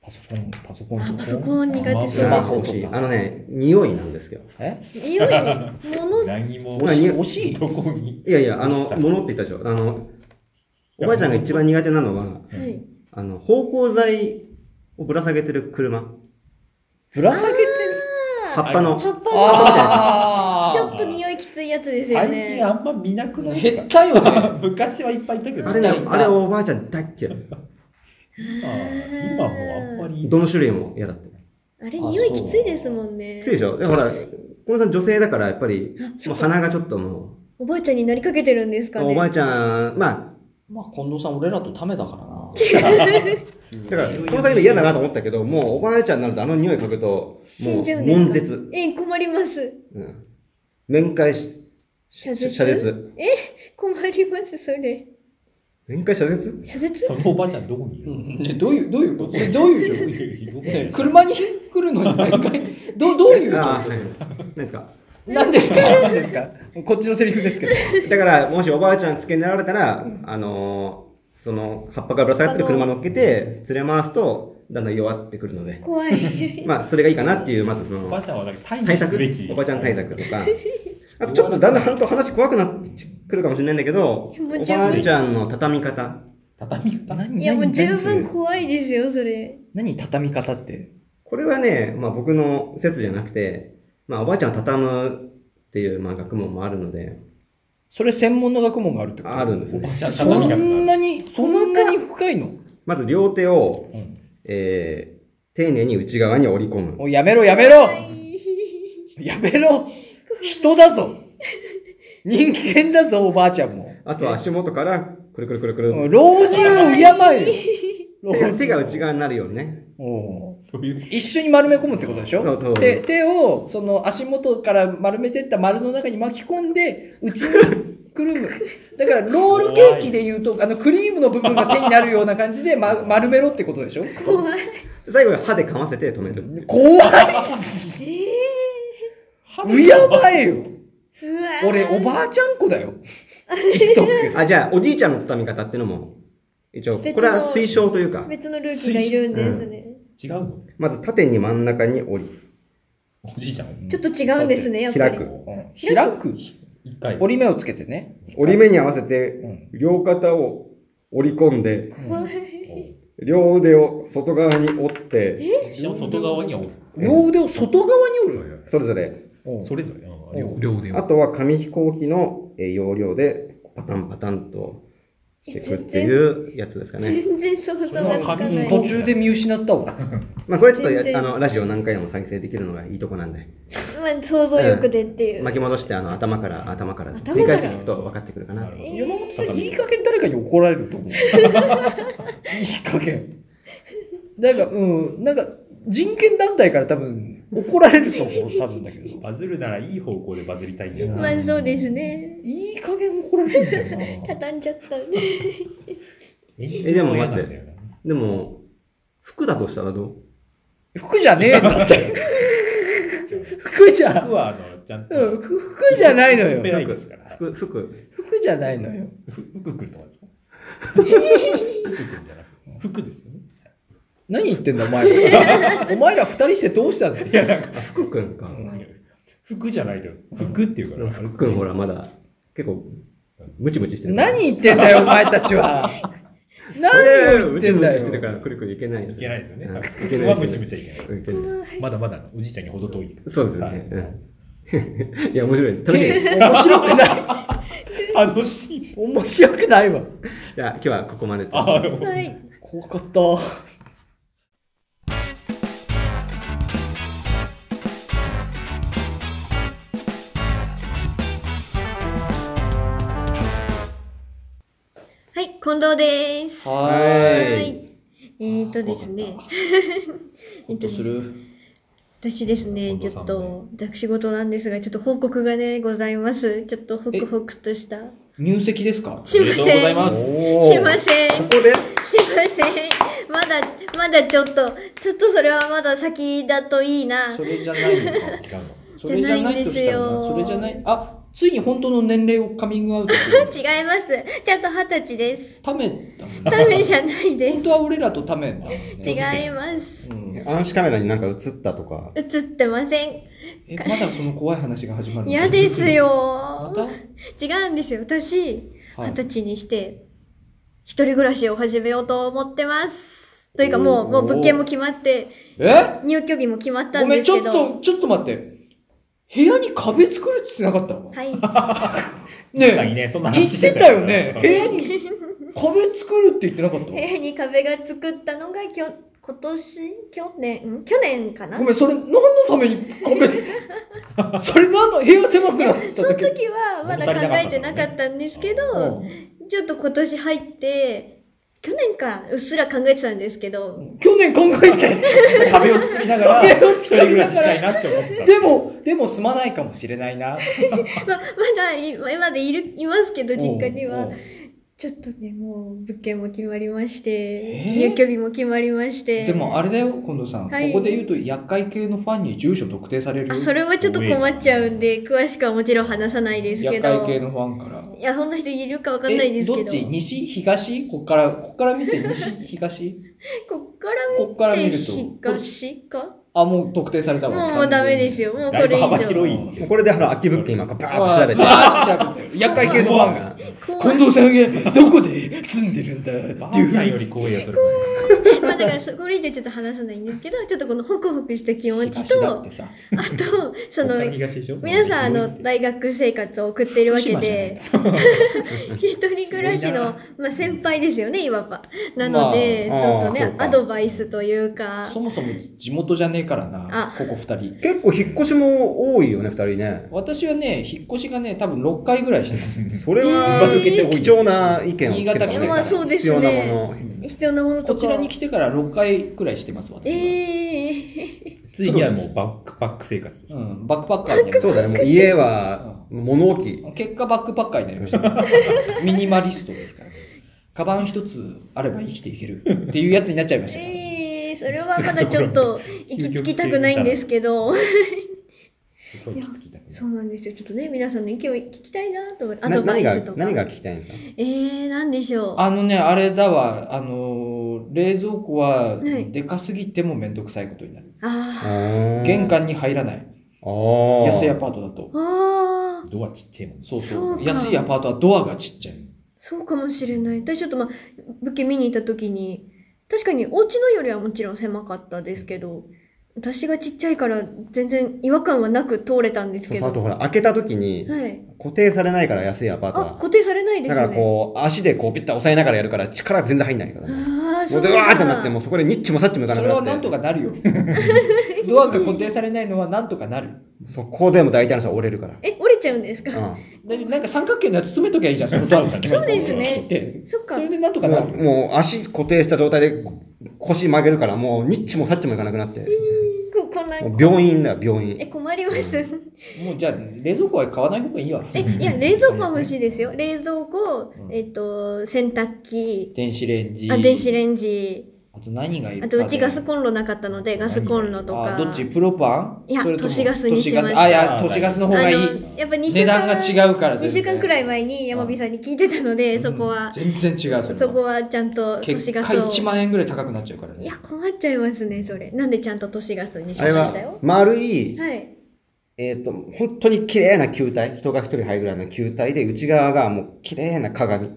パソコンパソコンとあかパソコン苦手スそマうホとかあのね、匂いなんですけど。え匂いもーの何も惜しい惜しいどこに。いやいや、あのさ、ものって言ったでしょ。あの、おばあちゃんが一番苦手なのは、はいあの、芳香剤をぶら下げてる車。ぶら下げてる葉っぱの。葉っぱのあちょあっと匂いきついやつですよ最ね近あんま見なくないです減かったよね昔はいっぱいいたけど、あれねなん、かあれおばあちゃん大っ嫌い。今は今もうあんまり。どの種類も嫌だって。あれ匂いきついですもんねきついでしょでほら、このさん女性だから、やっぱり、もう鼻がちょっともおばあちゃんになりかけてるんですう、かねおばあちゃん、ままあ近藤さん俺らとためだからなあ、だから、このさん今嫌だなと思ったけど、もうおばあちゃんになるとあの匂い嗅ぐと、死もんう、じゃうんですか悶絶。え困りますうん。面会し、謝絶謝絶。困りますそれ面会謝絶謝絶そのおばあちゃんどこにいる ねどういうどういうことそれどういう状況ね車に来るのに 毎回どどういう状ああ、況はい。何ですか何ですか何ですかこっちのセリ フですけどだから、もしおばあちゃん付け狙われたら、あのーその、葉っぱがぶら下がってる車乗っけて、連れ回すと、だんだん弱ってくるので、怖いまあ、それがいいかなっていう、まずそおばあの、ちゃんはなんか対対峙すべ策き。おばちゃん対策とか、あとちょっとだんだん本当話怖くなってくるかもしれないんだけど、もうお十ば分あちゃんの畳み方、畳み方。何いやもう何十何それ分怖いですよそれ何畳み方ってこれはね、まあ僕の説じゃなくて、まあおばあちゃんを畳むっていう、まあ学問もあるので、それ専門の学問があるってことあるんですおばねあ。ちゃんそ畳み方んなにそんなに深いの、まず両手を、うん、えー、丁寧に内側に折り込む。もうやめろやめろはいやめろ人だぞ人間だぞおばあちゃんもあとは足元からくるくるくるくる。老人を敬え手よが手が内側側になるようにね。そういう。一緒に丸め込むってことでしょそうそう手手をその足元から丸めてった丸の中に巻き込んで内にく るむだからロールケーキでいうとあのクリームの部分が手になるような感じで、ま、丸めろってことでしょ怖い最後は歯で噛ませて止めるっていう。怖えい敬えよー、うわ俺おばあちゃん子だよ言っとくけどあ、じゃあ、おじいちゃんの畳み方っていうのも、一応、別のこれは推奨というか、別のルーキーがいるんですね、違うのまず縦に真ん中に折り、おじいちゃん。ちょっと違うんですねやっぱり開く。うん開く一回。折り目をつけてね折り目に合わせうて、ん両肩を折り込んで、怖い両腕を外側に折って、おじいちゃんを外側には折る両腕を外側に折るそれぞれ。のよそれぞれ。うん両腕あを。とは紙飛行機のえー要領で、パタンパタンとしていくっていうやつですかね。全然想像がつかなそんいな紙途中で見失ったわまあ、これちょっと全や、然あの、ラジオ何回でも再生できるのがいいとこなんで。まあ、想像力でっていう、巻き戻してあの頭から頭から頭から繰り返していくと分かってくるかななるほどえ山本さんいい加減誰かに怒られると思ういい加減なんかうんなんか人権団体から多分怒られると思う、多分だけど。バズるならいい方向でバズりたいんだよまな。あそうですね。いい加減怒られるんだよな。畳んじゃった。えでも待ってでも、服だとしたらどう服じゃねえんだって。服じゃ、僕はあの、ちゃんと。うん、服服じゃないの薄っぺらよ。いですから。服、服。服じゃないのよ。ふ福君とかですか福君じゃなくて、服ですよね。何言ってんだお前ら。お前ら二人してどうしたんだよ。あ、福くんか。うん服じゃないと、服っていうでかもら。福くんほら、まだ、結構、ムチムチしてる。何言ってんだよお前たちは。何を言ムってチんムチだしてるから、よ。くるくるいけないよ。いけないですよね。うんい服けないはムチムチはいけない。いけない。まだまだおじいちゃんにほど遠い。そうですよはねい。うんい や、面白い。楽しみ。へ面白くない。楽しい。面白くないわ。じゃあ、今日はここまでと。あの、はい。怖かった。はい、近藤です。ははーい。い。 えっとですね。ほっとする。私ですね、近ちょ藤さっんと、私事なんですが、ちょっと報告がね、ございます。ちょっとホクホクとした。入籍ですかしまおめでとうござせいん。ますしません。ここでしません。まだ、まだちょっと、ちょっとそれはまだ先だといいな。それじゃないの違うか。の。それじゃないじゃなとしたらないんですよそれじゃない。あ、ついに本当の年齢をカミングアウトする。違います。ちゃんと二十歳です。ためたもんダね。メじゃないで本す当。は俺らとためだもんね。違います。うん暗視カメラになんか映ったとか。映ってません。え、まだその怖い話が始まるの嫌です。まよ。た違うんですよ。私、は二い十歳にして、一人暮らしを始めようと思ってます。というかもう、おーもう物件も決まって、え入居日も決まったごんめでん、すちょけっど。と、ちょっと待って。部屋に壁作るって言ってなかっはい。たね確かにえ。ね、そんな言話っしててたよね。部屋に壁作るって言ってなかっ部た屋に壁が作ったのがきょ今年去年ん去年かなごめん、それ何のために壁、それ何の部屋狭くなっそたのだけ時はまだ考えてなかったんですけど、ちょっと今年入って去年かうっすら考えてたんですけうどん去年考えちゃい壁を作りながら、壁を一作人り暮らながらししたいなって思ってた。で、も、でも住まないかもしれないな。ままだ今までいるいますけど実家におうおはうちょっとねもう物件も決まりまして、えー入居日も決まりましてでもあれだよ、近藤さん。はいここで言うと、厄介系のファンに住所特定されるよ。あそれはちょっと困っちゃうんで詳しくはもちろん話さないですけ厄介ど系のファンから。いやそんな人いるかわかんないですけどえどっち西東こっから、こっから見て西東こっからこっから見見るてと。東かあ、もう特定されたわ。もうもうダメですよ。もうこだいぶれ以上。幅広いけど。これで、ほら、空き物件今、バー完ッと調全べに。て。あー調べて。厄介系のファンが。怖近い。藤さんがどこで住んでるんだばっあていうふちゃんようりに。怖いよ、それ。まあだからそ これ以上ちょっと話さないんですけど、ちょっとこのホクホクした気持ち東だっと、てさ。あと、その北、東でしょ皆さんあすごいっのて大学生活を送っているわけで、福島じゃないんだ。一人暮らしの、まあ、先輩ですよね、いわば。なので、まあちょっとあーそねう、かアドバイスというか、そもそも地元じゃねえからなあ、ここ二人。結構引っ越しも多いよね、二人ね。私はね、引っ越しがね、多分6回ぐらいしてます。 それはずば抜けて多い貴重な意見を聞けた新潟ね県まあそうで必す要なもね。の。必要なものことか。ちらに来てから6回ぐらいしてます、私は。ええついにはもうバックパック生活です。うん、バックパッカーになりましたそうだね、もう家は物置。結果バックパッカーになりました、 ミニマリストですから、カバン一つあれば生きていけるっていうやつになっちゃいましたからええそれはまだちょっと行き着きたくないんですけど。すごいきつきだねそうなんですよ。ちょっとね、皆さんの意見を聞きたいなと思って、アなドバ何イがスとか。何が聞きたいんですかえー、なんでしょう。あのねあれだわあのー冷蔵庫ははいでかすぎても面倒くさいことになる、あ玄。関に入らないあ安いアーパートだとーあー、ドアちっちゃいもんね。そうそそううか安いアパートはドアがちっちゃいそうかもしれない。私ちょっとまあ、物件見に行った時に、確かにお家のよりはもちろん狭かったですけど、私がちっちゃいから全然違和感はなく通れたんですそうけそうあとど。ほら、開けた時に、はい。固定されないから安いアパートあ、は。固定されないですだね。からこう、足でこうピッタ押さえながらやるから力全然入んないからね。ああ、もそううでだわーってなって、もうそこでニッチもサッチもいかなそくれなっはて。なんとかなる よ。ドアが固定されないのはなんとかなる。そこでも大体の人は折れるから。え、折れちゃうんですか、うだなんか三角形のやつ詰めときゃいいじ ゃん、そのドアの隙そ間にうですね切ってそっかそ。れでなんとかん、なもるう。もう足固定した状態で腰曲げるからもうニッチもサッチもいかなくなって、ここんなもう病院だよ病え、院困ります。もうじゃあ、冷蔵庫は買わない方がいいわ。え、いや、冷蔵庫は欲しいですよ。冷蔵庫う、んえっと、洗濯機、電子レンジ。あ、電子レンジ、あと何がいいあとうちガスコンロなかったので、ガスコンロとか。あどっちプロパンいやそれとも都市ガスにしました都市ガスあ、いや、都市ガスの方がいい。あのやっぱ2週値間段が違うから2週間くらい前に山火さんに聞いてたので、そこは、全然違うそれはそこはちゃんと都市結果ガスを1万円ぐらい高くなっちゃうからいねや困っちゃいますねそれなんでちゃんと都市ガスにしあまれしたよは丸い、はいえっと本当に綺麗な球体人が一人入るぐらいの球体で内側がもう綺麗な 鏡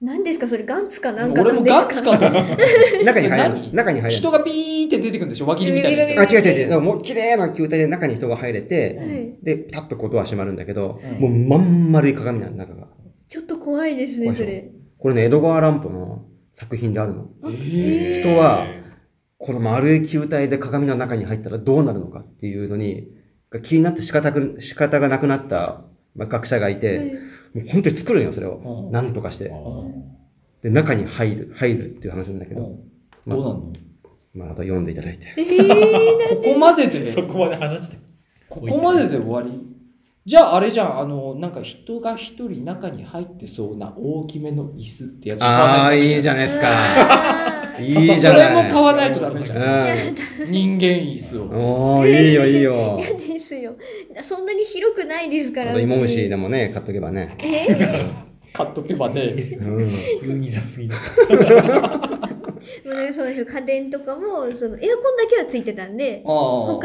何ですかそれガンツかなんか俺なもんですガかッツかと思った中に入らそれない何中に入ら人ないがピーって出てくるんでしょ輪切りみたいな人あ違う違う違うだからもう綺麗な球体で中に人が入れうて、はい、でピタッとこうドア閉まるんだけど、うんもうまん丸い鏡なの中がちょっと怖いです怖ねいでしそょれこれね江戸川乱歩の作品であるのへ人はこの丸い球体で鏡の中に入ったらどうなるのかっていうのに、が気になって仕方く仕方がなくなったまあ学者がいて、はいもう本当に作るんよ、それをう。んなんとかして。うんで、中に入る、入るっていう話なんだけど、どうなのまあ、あと読んでいただいて。えー、ここまででそこまで話して。ここまでで終わりじゃああれじゃんあのなんか人が一人中に入ってそうな大きめの椅子ってやつ買わないとああ、ダメいいじゃないですか。あーいいじゃない。それも買わないとダメじゃん人間椅子うをん。おー、いいよ、いいよ。嫌ですよそんなに広くないですかあらと、芋虫うちでもね、買っとけばね。えー買っとけばねうん。急に雑になった。もうなんかそうなんですよ家電とかもそのエアコンだけはついてたんで他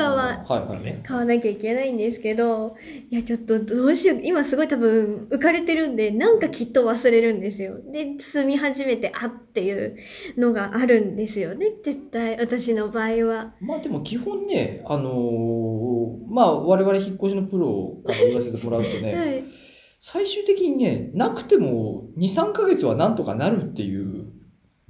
ははいはいね買わなきゃいけないんですけどいやちょっとどうしよう今すごい多分浮かれてるんでなんかきっと忘れるんですよで住み始めてあっていうのがあるんですよね絶対私の場合はまあでも基本ね、あのーまあ我々引っ越しのプロから言わせてもらうとはね、い最終的にね、なくても2、3ヶ月はなんとかなるっていう。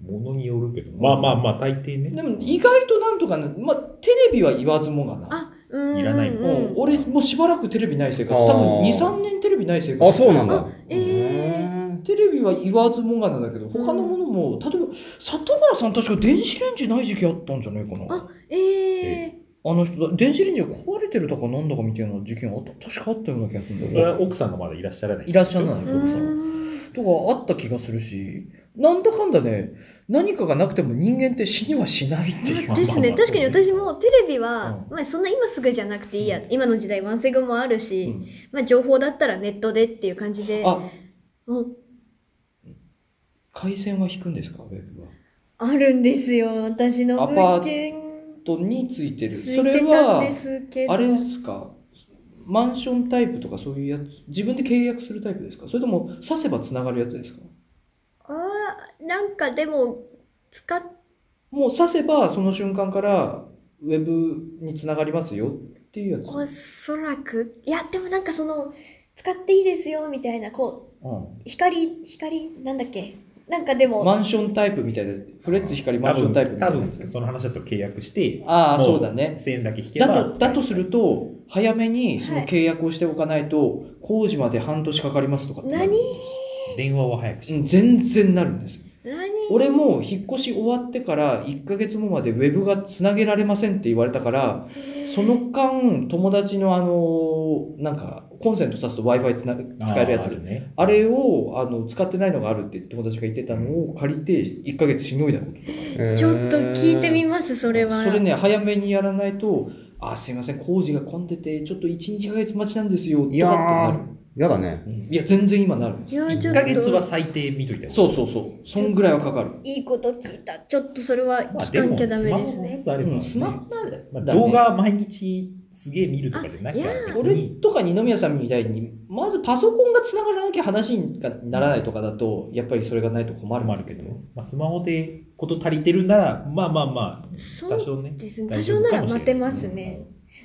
ものによるけど。まあまあまあ、大抵でね。も意外となんとかな、まあテレビは言わずもがな。あうんうんいらないうんうん俺もうしばらくテレビない生活。あー多分2、3年テレビない生活。あ、そうなんだ。えーテレビは言わずもがなだけど、他のものも、例えば、里村さん確か電子レンジない時期あったんじゃないかな。あええあの人だ、電子レンジが壊れてるだかなんだかみたいな事件あった、確かあったような気がするんだよそねれは奥さんがまだいらっしゃらない。いらっしゃらないー、そううそうんとかあった気がするし、なんだかんだね、何かがなくても人間って死にはしないっていう。まあですね確かに私もテレビは、うまあ、そんな今すぐじゃなくていいや、今の時代ワンセグもあるし、うんまあ、情報だったらネットでっていう感じであ、うん回線は引くんですか、ウェブは。あるんですよ私のアパー物ト件とについてる。つそいてれたんはで、すけどあれですか、マンションタイプとかそういうやつ、自分で契約するタイプですか、それとも刺せばつながるやつですか。あーなんかでも使っもう刺せばその瞬間からウェブにつながりますよっていうやつ。おそらくいやでもなんかその使っていいですよみたいなこううん光光なんだっけなんかでも、マンションタイプみたいな、フレッツ光マンションタイプみた多いなや分、多つ分。その話だと契約して、ああ、もそううだね。 1000円だけ引けば。だと、だとすると、早めにその契約をしておかないと、工事まで半年かかりますとかってなる何電話は早くしうん、全然なるんですよ。何俺も引っ越し終わってから1ヶ月後までウェブがつなげられませんって言われたから、その間、友達のあの、なんか、コンセント挿すと Wi-Fi つな使えるやつあーあ。ね。あれをあの使ってないのがあるって友達が言ってたのを借りて1ヶ月しのいだこととかちょっと聞いてみますそれはそれね早めにやらないと「あすいません工事が混んでてちょっと12ヶ月待ちなんですよ」とかっいてやなるー、やだね。いや全然今なるいやち1ょヶ月はっと最低見といたそうう。そうそうそんぐらいはかかる、いいこと聞いたちょっとそれはまあ、聞でかも、なきゃスダメマでホすのねやつあればうねん、スマホなんだ,、まあ、動画毎日すげえ見るとかじゃなきゃあいや別俺にとか二宮さんみたいにまずパソコンがつながらなきゃ話にならないとかだとやっぱりそれがないと困る困るけど、まあ、スマホでこと足りてるならまあまあまあそ多う少ねですね多少なら待てますね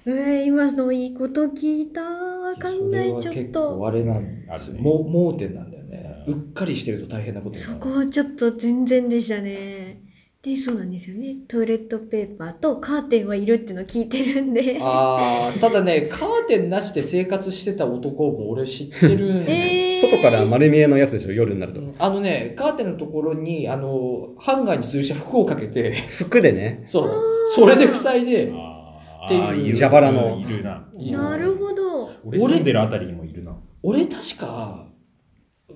えー、今のいいこと聞いた。わかんない、ちそれはょっ結構と。あれなんあでるすねよ。もう盲点なんだよね。ううんっかりしてると大変なことになそる。こはちょっと全然でしたね。で、そうなんですよね。トイレットペーパーとカーテンはいるっていうのを聞いてるんで。ああ、ただね、カーテンなしで生活してた男も俺知ってるんで。えー、外から丸見えのやつでしょ、夜になるうと。んあのね、カーテンのところに、あの、ハンガーに通じた服をかけて、 服でね、そう、それで塞いで、あーっていうあーる蛇腹のいるないいなるほど。俺住んでるあたりにもいるな俺確か、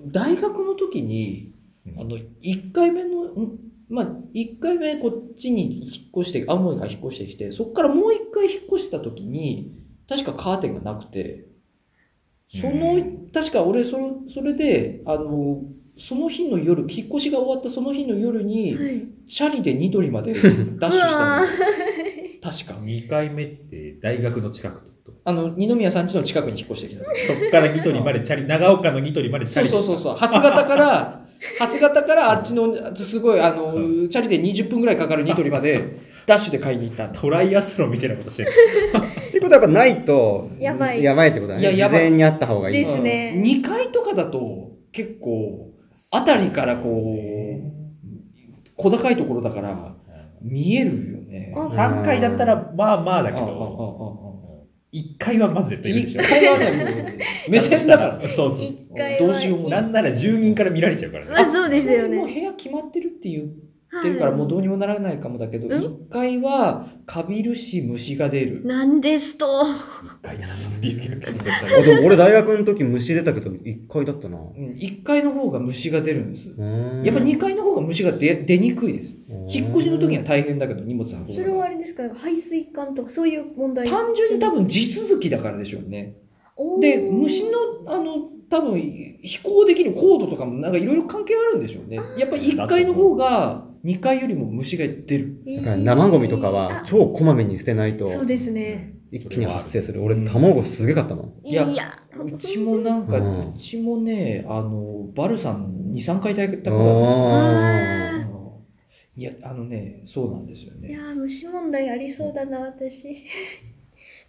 大学の時に、うんあの、1回目の、んまあ、1回目こっちに引っ越して、青森から引っ越してきて、そこからもう1回引っ越した時に、確かカーテンがなくて、その、うん確か俺その、それで、あの、その日の夜、引っ越しが終わったその日の夜に、はい。チャリでニトリまでダッシュしたうわのー。確か。 2回目って大学の近くってことあの、二宮さん家の近くに引っ越してきた時。そっからニトリまでチャリ長岡のニトリまでチャそうリそうそうそう。蓮形から、蓮形からあっちの、すごい、あの、うチャリで20分ぐらいかかるニトリまで、ダッシュで買いに行ったんだ。トライアスロンみたいなことしてるってことはやっぱないと、やばいやばいってことだね。いやや事ばい前にあった方がいいで。すねうん二階とかだと、結構、あたりからこう、小高いところだから、見えるよね。あ3回だったらまあまあだけああああどああ1回はまず絶対いるでし一ょ回はね、もう、目線だから。そうそう一回は。どうしようもなんなら住人から見られちゃうからねまあそうですよねもう部屋決まってるっていうはっいてるからもうどうにもならないかもだけど、うん一回はかびるし虫が出る。なんですと。 1回だなその理由がうんあでも俺大学の時虫出たけど、一回だったな。うん一階の方が虫が出るんです。ややっぱ二階の方が虫が出出にくいです。引っ越しの時には大変だけど荷物運ぶそれのはがあれですか、なんか排水管とかそういう問題。単純に多分地続きだからでしょうね。おーで、虫の、あの、多分飛行できる高度とかもなんかいろいろ関係あるんでしょうね。やっぱ一階の方が二階よりも虫が出る。えーだから生ゴミとかは超こまめに捨てないとあそうですね。一気に発生すそる。れ俺はある卵すげかったもん。いややうちもなんか、うんうちもね、あの、バルさん2、3回だけだからあいや、あのね、そうなんですよいやね。ー虫問題ありそうだな私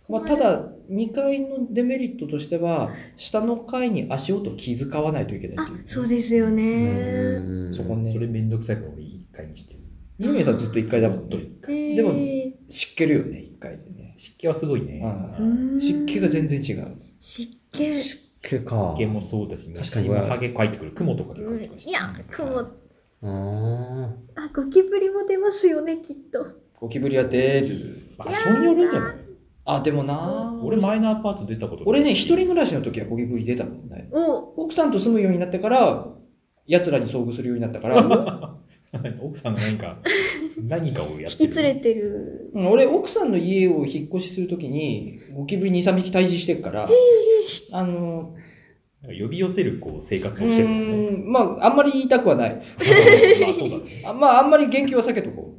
まあ、ただ、2階のデメリットとしては、下の階に足音気遣わないといけないっあていう。そうですよねーえうんそこね。それめんどくさいから俺1回にしてる二宮さんずっと1階だもんね。ーでも湿気るよね、1階でね。湿気はすごいねはいうん湿気が全然違う。湿気湿気か湿。気もそうだし確かに虫もハゲ帰ってくる雲とかで帰ってくるしいや雲ああゴキブリも出ますよねきっとゴキブリは出る。場所によるんじゃないあ、でもな俺マイナーアパート出たことない俺ね、一人暮らしの時はゴキブリ出たことない。お奥さんと住むようになってから、奴らに遭遇するようになったから、 奥さんが何か何かをやっ引てきる連れてるうん俺、奥さんの家を引っ越しするときに、ゴキブリ2、3匹退治してるから、あの、なんか呼び寄せるこう生う活をしてるもんねーん、まあ、あんまり言いたくはない。まあそうだね あまあ、あんまり言及は避けとこう。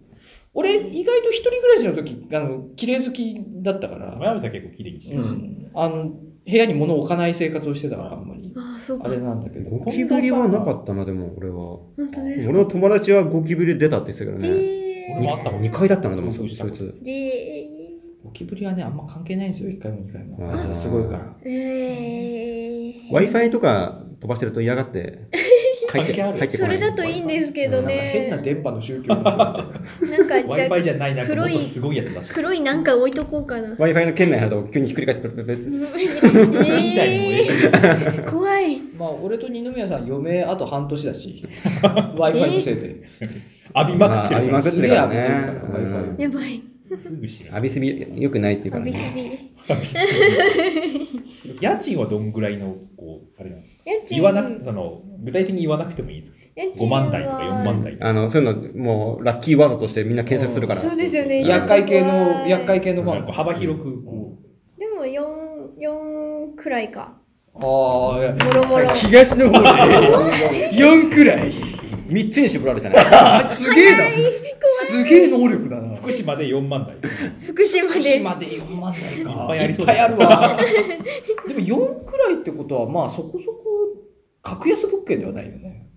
俺、意外と一人暮らしのとき、あの、綺麗好きだったから、前原さん結構綺麗にしてうる、ん、あの、部屋に物を置かない生活をしてたから、あんまり。あーそうあかれなんだけーど。ゴキブリはなかったな、でも俺は。本当です俺の友達はゴキブリ出たって言ってたけどね。で俺もあったもん2回だったな、でもそそういそうつ。でゴキブリはね、あんま関係ないんですよ、1回も2回も。ああいつらすごいから。えー Wi-Fi とか飛ばしてると嫌がって、入っ関て係ある入ってこそない。れだといいんですけどなんか変なね電波の宗教なんですよみたいな。なんかじゃ Wi-Fi あじゃないなんかも黒っいとすごいやつだし黒いなんか置いとこうかな Wi-Fi の圏内入ると急にひっくり返ってプルプルプルって。人体にも影響えしてるー、怖いまあ、俺と二宮さん、余命あと半年だし、Wi-Fi のせいで。浴びまくってるまあ浴びまくってるからねすげえ浴びてるからうん Wi-Fi やばいすぐ知ら浴んびすぎ良くないっていうか浴らびすね。ぎ浴びすぎ家賃はどんぐらいのこうあれなんですか家賃言わなくその具体的に言わなくてもいいですけ家ど賃5は万台とか4万台とかあの、そういうの、もう、ラッキーワードとしてみんな検索するから。そうですよね厄介系の、厄介系のフなんァかン。幅広くこでも4、4くらいか。ああ、いやもろもろ。東の方で4くらい。 3つに絞られたね。あ、すげえな。すげえ能力だなう。福島で4万台福島福で。島で4万い台か。っぱいありそういだっぱいあるわ。でも4くらいってことは、まあそこそこ格安物件ではないよね。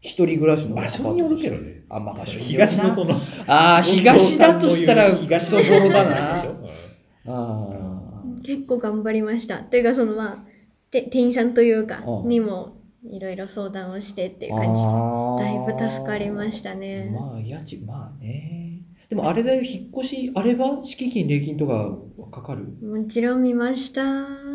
一人暮らしの場所によるけどねあ、まあ場所によるな東のそのああ、東だとしたら、東東ののボロ頃だなだな。あ結構頑張りました。というか、そのまあ、て店員さんというかう、んにもいろいろ相談をしてっていうあ。感じで、だいぶ助かりまたしたね。まあ、家賃、まあね。でもあれだよ、引っ越し、あれは敷金、礼金とかはかかるもちろん見ました。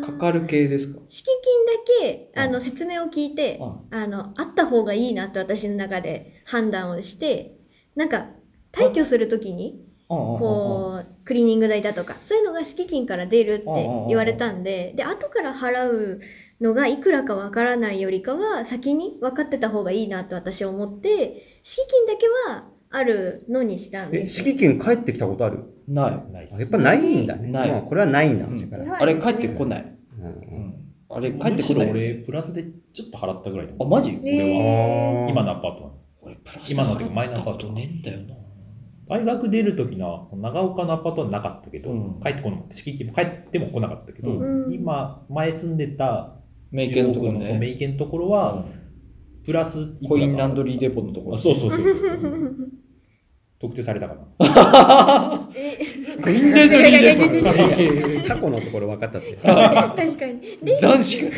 かかる系ですか敷金だけ、うんあの、説明を聞いて、ああの、あった方がいいなって私の中で判断をして、なんか、退去するときに、あああこう、クリーニング代だとか、そういうのが敷金から出るって言われたんで、で、後から払うのがいくらかわからないよりかは、先に分かってた方がいいなって私は思って、敷金だけはあるのにしたんえ、ですよ。敷金返ってきたことあるない。ないっすあやっぱないんだね。ないもうこれはないんだ。うんだからあれ帰ってこない。うんあれ帰ってこむしろない。俺、プラスでちょっと払ったぐらいだもん。あ、マジえーあー今のアパートは。俺プラス今のっていうかマイナーアパート払ったことねえんだよな。大学出る時のその長岡のアパートはなかったけど、うん帰ってこなかった敷金も帰っても来なかったけど、うん今前住んでた名犬のところそう名ね。犬のところはプラスいくらかコインランドリーデポのところ。あそうそうそうそう特定されたか なえ コインランドリーデ過去のところ分かったって。確かに。ポ。斬新。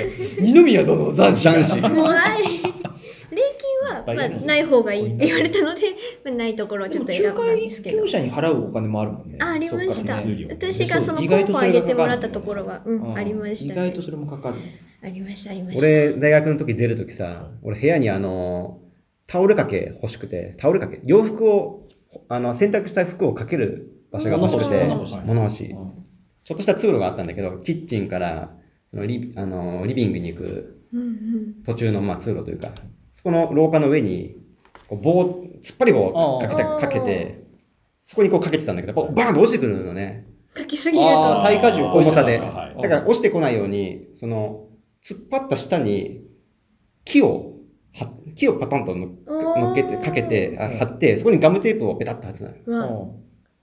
二宮殿の斬新。斬新怖い。礼金は、ま大あ、丈夫ない方がいいって言われたので、まあ、ないところをでちょもっと選仲ぶんで介すけど業。者に払うお金もあるもんね。あ、ありまそしっかた。ら手数料私がそのそうコ意ンファ外とーそれ入がれてもらったところは、うねん、ありました意外とね。それもかかる。ありました、ありました。 俺、大学の時出る時さ、俺部屋にあの、タオル掛け欲しくて、タオル掛け、洋服を、あの、洗濯した服をかける場所が欲しくて、物干し物干し。ちょっとした通路があったんだけど、キッチンからあのリあのリビングに行くうんうん。途中のまあ通路というか、そこの廊下の上に、こう棒、突っ張り棒をかけて、あーかけて、そこにこうかけてたんだけど、やっぱバーンと落ちてくるのね。かけすぎるあーと。耐荷重を超え重てたさんで。はだから落ちてこないように、その、突っ張った下に、木を、は木をパタンとのおー乗っけて、かけて、あうん貼って、そこにガムテープをペタッと貼ってたのようわ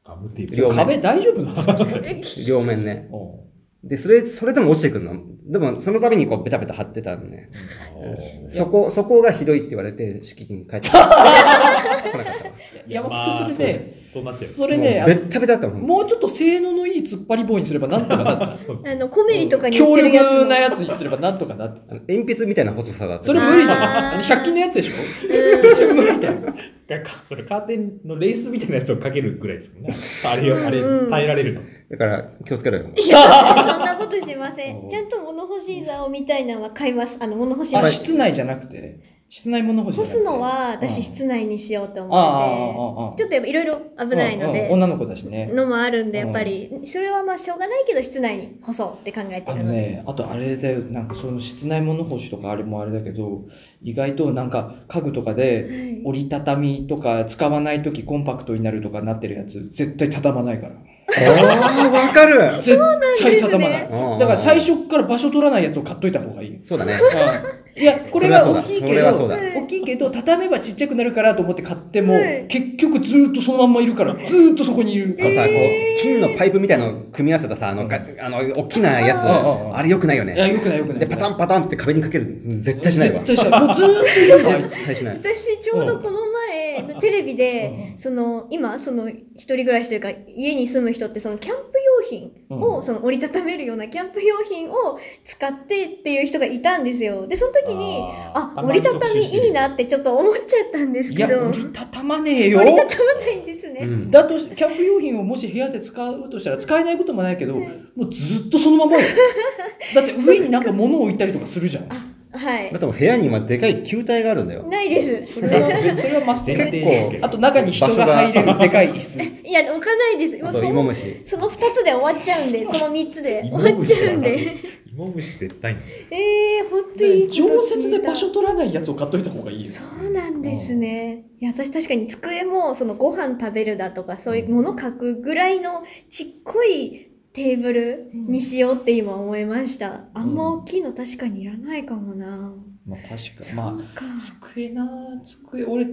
ガムテープ両面壁大丈夫なん ですかえ両面ね。で、それ、それでも落ちてくるの。でも、その度にこう、ベタベタ貼ってたのね。うんそこ、そこがひどいって言われて、敷金返ってきた。来なかったわいや、まあ、普通そまれあね、そうなっちゃうよそれね、もあうベのッタベタだったもん。もうちょっと性能のいい突っ張り棒にすればなんとかなった。そう あの、コ メリとかに売っ強てる力やつも。なやつにすればなんとかなった。あの鉛筆みたいな細さだった。それ無理あーだ。あの100均のや つでしょうんそれ無理だよ。だからそれカーテンのレースみたいなやつをかけるぐらいですもんねあれよあれうん耐えられるのだから、気をつけろよ。そんなことしません。ちゃんと物干し竿みたいなのは買います。あの、物干し竿あ、。室内じゃなくて、室内物干しじゃ干なくて。すのはう私ん室内にしようとあああ思ってて、ちあああょっとやっぱいろいろ危ないのうんでうん、女の子だしね。のもあるんで、うんやっぱり、それはまあしょうがないけど、室内に干そうって考えてあるのので。ね、あとあれだよ、なんかその室内物干しとかあれもあれだけど、意外となんか家具とかではい折りたたみとか使わないときコンパクトになるとかなってるやつ、絶対畳まないから。ああ、わかる絶対そう畳なんでまなすい。ねだから最。初から場所取らないやつを買っといた方がいい。そうだね。いや、これは大きいそけれはど、そうだそれはそうだ大きいけど、畳めばちっちゃくなるからと思って買っても、はい結局ずーっとそのまんまいるから、ずーっとそこにいる。あのさ、こう、金のパイプみたいなのを組み合わせたさ、あの、があの、大きなやつ、うんうんうんあれ良くないよいや、ね。よくないよくない。で、パタンパタンって壁にかける。絶対しないわ。絶対しない。もうずーっといるぞ、あいつ。絶対しない。私ちょうどこの前テレビで、うんその今その一人暮らしというか家に住む人ってそのキャンプ用品を、うんその折りたためるようなキャンプ用品を使ってっていう人がいたんですよでその時にああー折りたたみいいなってちょっと思っちゃったんですいけや、ど 折りたたまねえよ。折りたたまないんですね、うんだとしキャンプ用品をもし部屋で使うとしたら使えないこともないけど、はいもうずっとそのままよ。だって上になんか物を置いたりとかするじゃん。はいだってもう部屋に今でかい球体があるんだよ。ないですそれは、それはマスト全だよ然結構いいけどあと中に人が入れるでかい椅 子。いや置かないですもあうと、そ芋の虫。その2つで終わっちゃうんでその3つで芋終わっ虫ちじゃゃうんないで芋虫絶対ないえー、本当にで常設で場所取らないやつを買っといた方がいいよ。そうなんですね。いや、私確かに机も、そのご飯食べるだとか、そういうもの書くぐらいのちっこいテーブルにしようって今思いました。あんま大きいの確かにいらないかもな。まあ確かそまうか。あ机な机俺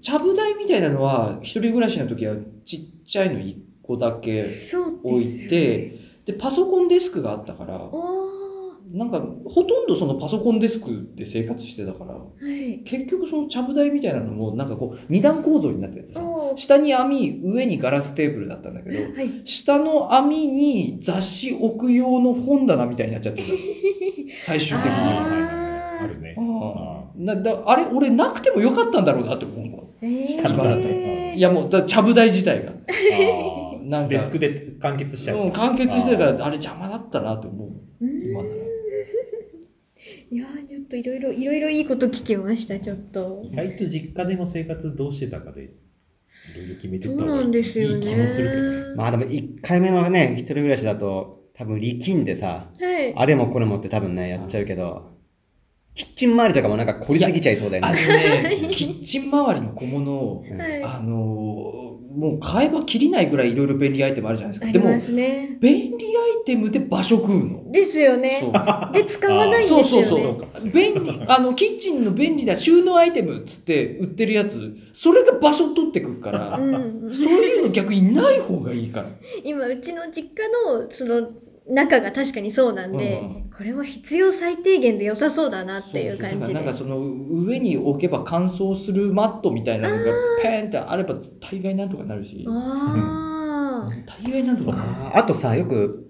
ちゃぶ台みたいなのは一人暮らしの時はちっちゃいの1個だそうけですよ置い。てでパソコンデスクがあったからおー。なんか、ほとんどそのパソコンデスクで生活してたから、はい。結局そのちゃぶ台みたいなのも、なんかこう、二段構造になっててさ、おー下に網、上にガラステーブルだったんだけど、はい。下の網に雑誌置く用の本棚みたいになっちゃってた。 最終的に。はいああはいはいあるね。あなだあれ俺なくてもよかったんだろうなって思うの。えー下の段だったいやもう、だちゃぶ台自体が。あーなんかデスクで完結しちゃうん、う。完結してたから、あれ邪魔だったなと思う。う今んなら。いやーちょっといろいろいろいろいいこと聞きましたちょっと。意外と実家での生活どうしてたかで、いろいろ決めてそっうた方ながいんですよい気もするけど。ね。まあでも1回目のね、一人暮らしだと、多分力んでさ、はい。あれもこれもって多分ね、やっちゃうけど、キッチン周りとかもなんか凝りすぎちゃいそうだよあのね。ね、キッチン周りの小物を、うんはい。あのーもう買えば切りないぐらいいろいろ便利アイテムあるじゃないあですか。でりまも、すね。便利アイテムで場所食うの。ですよね。で使わないんですよそうね。そうそうそうかそう。便利、あの、キッチンの便利な収納アイテムっつって売ってるやつ、それが場所取ってくるから、うんうんそういうの逆にない方がいい から。今うちの実家のその中が確かにそうなんで、うんうんこれは必要最低限で良さそうだなっていう感だじからなでんかその上に置けば乾燥するマットみたいなのがペーンってあれば大概なんとかなるし、あー大概なんとかなる。あーあとさ、よく、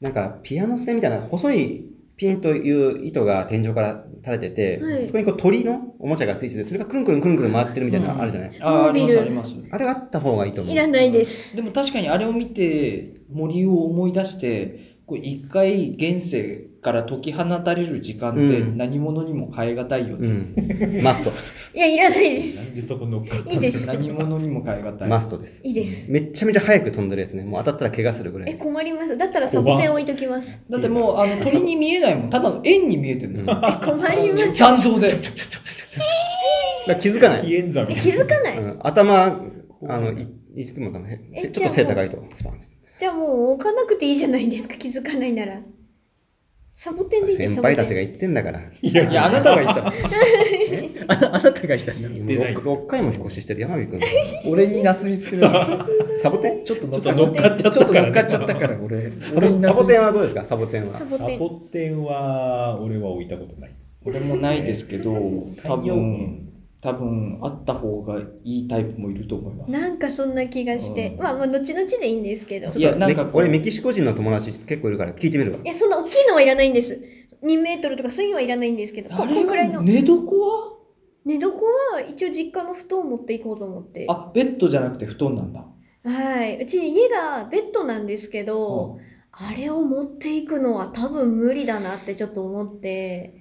なんかピアノ線みたいな細いピンという糸が天井から垂れてて、はいそこにこう鳥のおもちゃがついてて、それがくるんくるんくるんくるん回ってるみたいなうんのあるじゃない、あ、ありますモーあビりルます。あれがあった方がいいと思う。いらないです、でも確かにあれを見て森を思い出してこう一回現世から解き放たれる時間ってうん何者にも変えがたいようね、ん。マスト。いやいらないですなんでそこ乗っかったいいです何者にも変えがたい、マストです。いいですめっちゃめちゃ早く飛んでるやつね。もう当たったら怪我するぐらえい。困りますだったらサボテン置いときますだってもうあの鳥に見えないもんただの円に見えてるうんの、だかえ困ります残像でら気づかない。飛燕座みえた気いな。づかない、うん頭、あの、い、いつくもかもねえちょっと背高いと。スパンじゃあもう置かなくていいじゃないですか気づかないならサボテンでいいです先輩たちサボがテン言ってんだから。いやいやあなたが言ったのあなあなたが言い出してたない 6, 回も引っ越ししてる 山見くん。俺になすりつけるサボテンちょっとちょっと乗っかっちゃったちょっとからね乗っかっちゃったから俺サボサボテンンはどうですかサボテンはサ。ボサテンボテンは、俺は置いたことないです。俺もないですけど多観葉分多分あった方がいいタイプもいると思いますなんかそんな気がして、うんまあまあ後々でいいんですけどいやなんかメこう俺メキシコ人の友達結構いるから聞いてみるわい。や、そんな大きいのはいらないんです。2メートルとかそういうのはいらないんですけど、こあこれんくらいはの。寝床は寝床は一応実家の布団を持っていこうと思って。あベッドじゃなくて布団なんだはい。うち家がベッドなんですけど、あれを持っていくのは多分無理だなってちょっと思って。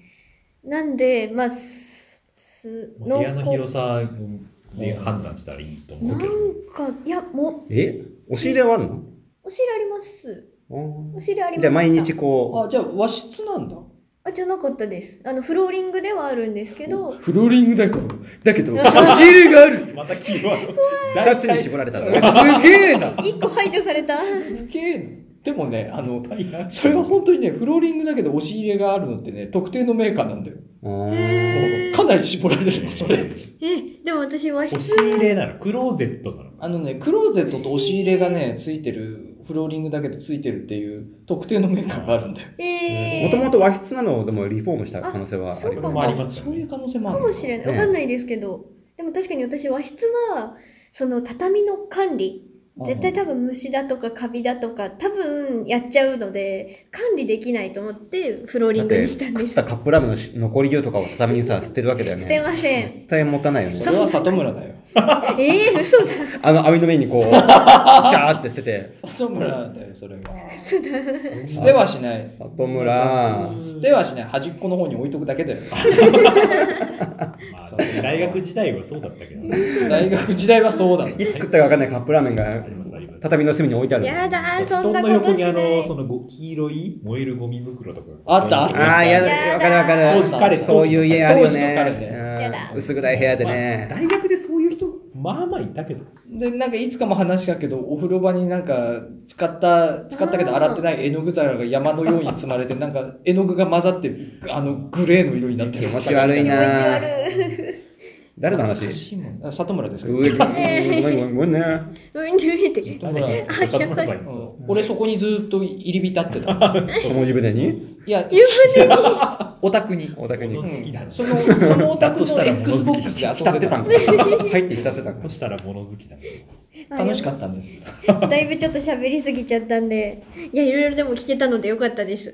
なんで、まあ、す、す、まあ部屋のこ広さで判断したらいいと思なうんけど。か、いや、もう、え押し入れはあるのお尻あります。おおー尻ありますじゃあ毎日こあじゃあ和室なんだあ、じゃなかったです。あの、フローリングではあるんですけど、フローリングだけどだけど押し入れがあるまたキーワード。う、二つに絞られたら。すげえな1個排除された。すげえなでもねあの大 変それは本当にねフローリングだけど押し入れがあるのってね特定のメーカーなんだよおーえーかなり絞られるよそれえ、でも私和室押し入れなのクローゼットなのあのねクローゼットと押し入れがねついてるフローリングだけどついてるっていう特定のメーカーがあるんだよええもともと和室なのをでもリフォームした可能性はあそうるよかねもありますよねそういう可能性もあかるもしれない。わねかんないですけど。でも確かに私和室は、その畳の管理。絶対多分虫だとかカビだとか多分やっちゃうので、管理できないと思ってフローリだっングてにしたん食でっす。たカップラーメンのし残り牛とかを畳にさ捨てるわけだよね捨てません。絶対もったいないよそねれは里村だよええ嘘だ。あの網の面に こうジャーって捨てて里村だよそれは嘘だ。捨てはしない里村捨てはしない端っこの方に置いとくだけだよまあ大学時代はそうだったけどね。大学時代はそうだのいつ食ったか分かんないカップラーメンありますありまがす畳の隅に置いてあるやだー、布そん団なのこ横としになあのい。そのご黄色い燃えるゴミ袋とかあったあったああーやだやだわかるわか当時彼るそういう家あるよ当時の彼ねやねだうん薄暗い部屋でまねあ大学でそういう人まあまあいたけどでなんかいつかも話したけどお風呂場になんか使った使ったけど洗ってない絵の具皿が山のように積まれてなんか絵の具が混ざってあのグレーの色になってる気持ち悪い気持ちな悪い。誰の懐か話しいもんあ里村ですけうど、んごめんごめんごめんごめんねうん、ちょっと見て。里村あやばいさ うん俺そこにずっと入り浸ってた小文字筆にいや、湯船にオタクに。お宅に物好きだねその、そのオタだクとしのたら物好き Xbox で遊浸っんでてたたんんでですす。よ。入って浸ってたんとでしたら物好きだね。楽しかったんです。ただいぶちょっと喋りすぎちゃったんでいやいろいろでも聞けたのでよかったです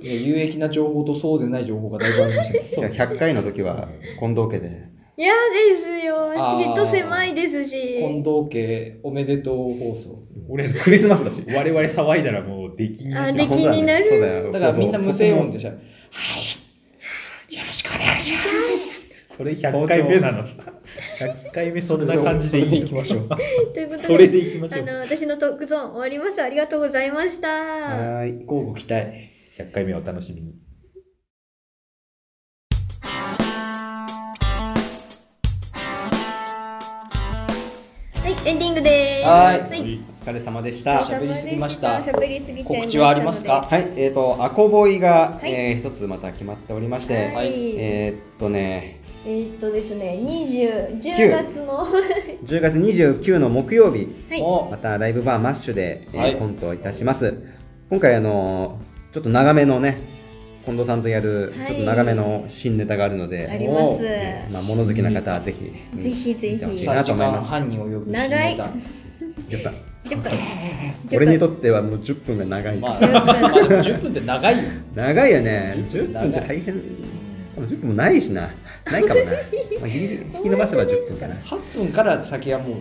いや有益な情報とそうでない情報がだいぶありましたす。じゃあけど。 100回の時は近藤家で。いやですよあーきっと狭いです近し藤家おめでとう放送。俺、クリスマスだし。我々騒いだらもうできにああで気になるそうだよそうだだよからみんな無声音でしした。はい。よろしくお願いします。それ100回目なのさ。100回目そんな感じでいい行きましょう。ということでそれでいきましあょう。の私のトークゾーン終わりますありがとうございましたはーい。交互期待。 100回目お楽しみに。はいエンディングですはいお疲れ様でしおた。疲れ様で喋りすぎました喋りすぎちゃいましたので告知はありますかはい、えっ、と、アコボイが、はいえー一つまた決まっておりまして、はい、はいえーっとね、えーっとですね20 10九月のは10月29の木曜日、いもまたライブバーマッシュで、えーはいコントをいたします。今回、あのーちょっと長めのね、近藤さんとやる、はいちょっと長めの新ネタがあるので、ありますねまあ、物好きな方はぜひ、うんぜひぜひ見てほうしい3な時と思い間ます。半に及ぶ新ネタ長い10分10分俺にとってってはもう10分が長い。まあ、十分まあでも10分って長いよ。長いよね。 10 10分分って大変。でも10分もないしな。ないかも な。まあ、ギリギリ引き伸ばせば10分かな。 8分から先はもう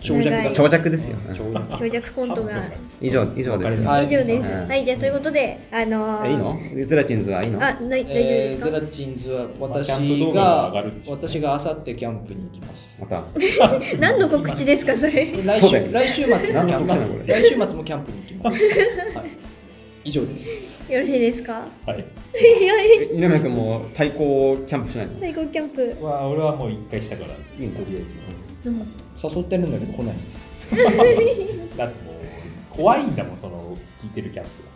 長尺だ長長尺ですよ。長尺は長尺コントが以上、以上でわす。かは以上です、はいはいじゃあということであのー、いいのゼラチンズはいいのあない大丈夫でえすーか、ゼラチンズは私まあキャンプ動画も上ががるでしょうね私があさってキャンプに行きますまた。何の告知ですかそれで来そうだよ週来週末もキ何のャ告知ンプなのこれ来週末もキャンプに行きます、はい、以上ですよろしいですか はい。いやいやえ稲村君も対抗キャンプしないの最高キャンプわあ俺はもう一回した から、といいのりあえず。誘ってるんだけど来ないんです、だってもう、怖いんだもん、その、聞いてるキャンプが。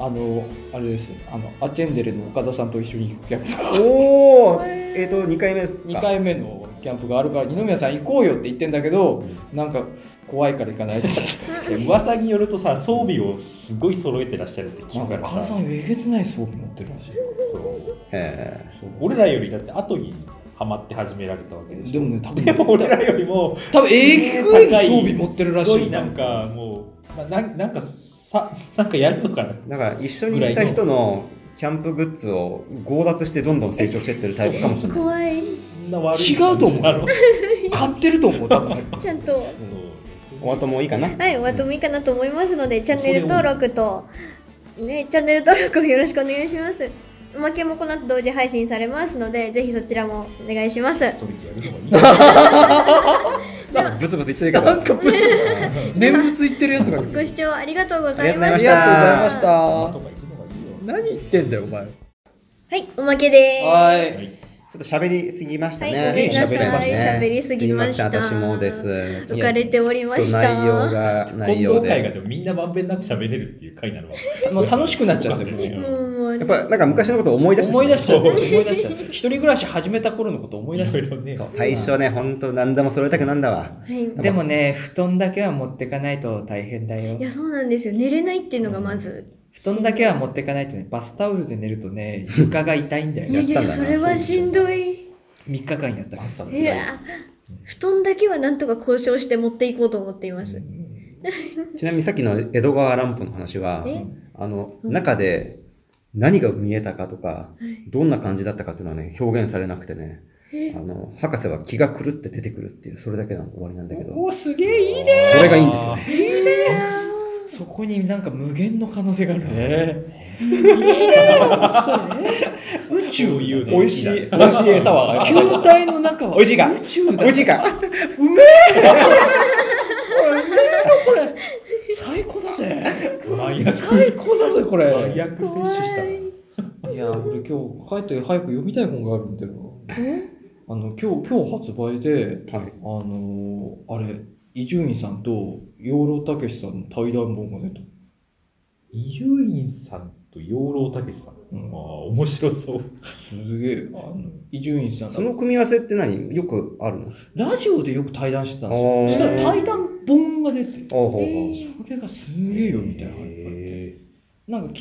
あのあれですあのアテンデレの岡田さんと一緒に行くキャンプおおえっと、2回目ですか。 2回目のキャンプがあるから二宮さん行こうよって言ってんだけどなんか怖いから行か ないってで噂によるとさ、装備をすごい揃えてらっしゃるって聞なんくかから岡田ささ、んえげつない装備持ってるらしいそうえ俺らよりだって後にハマって始められたわけでしょ。でもね多分でも俺 らよりも、多分えぐい装備持ってるらしいすごいなんかもう、まなんなんかさ、なんかやるのかな。ーだから、一緒に行った人のキャンプグッズを強奪してどんどん成長していってるタイプかもしれない。怖いそんな悪い違うと思う感じだろ買ってると思う多分ね ちゃんとそうお後もいいかなはい、お後もいいかなと思いますので、チャンネル登録と、ね、チャンネル登録をよろしくお願いします。おまけもこの後同時配信されますので、ぜひそちらもお願いします。ストーリーやるのもいいな。ブツブツ言ってるけど。ありがとうプチ念仏言ってるやつがいごる視聴ありがとうございござまいまし。したた。山とかた行くのがいいよ。何言ってんだよお前はい、おまけです。はいちょっと喋りすぎましたね。はいごめんなさい喋りすぎましたすいません私もです。浮かれておりまちょっしとた。内容が内今容度会がで。でもみんなまんべんなく喋れるっていう会なのは。もう楽しくなっちゃってもうもうもうやっぱなんか昔のことを思い出して思い出しちゃう そう思い出しちゃう一人暮らし始めた頃のこと思い出しちゃいろいろねう最初ね、本当何でも揃えたくなんだわ。はい、いでもね布団だけは持ってかないと大変だよや、そうなんですよ。寝れないっていうのがまず。布団だけは持ってかないとねバスタオルで寝るとね床が痛いんだよいやねいやいや、やったそんだなれはしんどい。 3日間やったら朝いや、布団だけはなんとか交渉して持っていこうと思っています。ちなみにさっきの江戸川乱歩の話はえ、あの、中で何が見えたかとか、どんな感じだったかっていうのはね、表現されなくてね、えあの、博士は気が狂って出てくるっていう、それだけなの終わりなんだけど、おおすげえいいねそれがいいんですよね。そこになんか無限の可能性があるね。宇宙そういうの美味しい、美味しい餌は。球体の中は美味しいか宇宙だ美味しいかうめえこれうめえなこれ最高だぜ麻薬最高だぜ麻これ薬摂取したら。いや俺今日帰って早く読みたい本があるんだよあの今日今日発売ではいあのーあれ伊集院さんと養老たけしさんの対談本が出た伊集院さんと養老たけしさん。うんまあ面白そう。すげえあの伊集院さんその組み合わせって何よくあるのラジオでよく対談してたんですおよーそしたら対談本が出ておうほうほうえーそれがすげえよみたいな、へなんか昨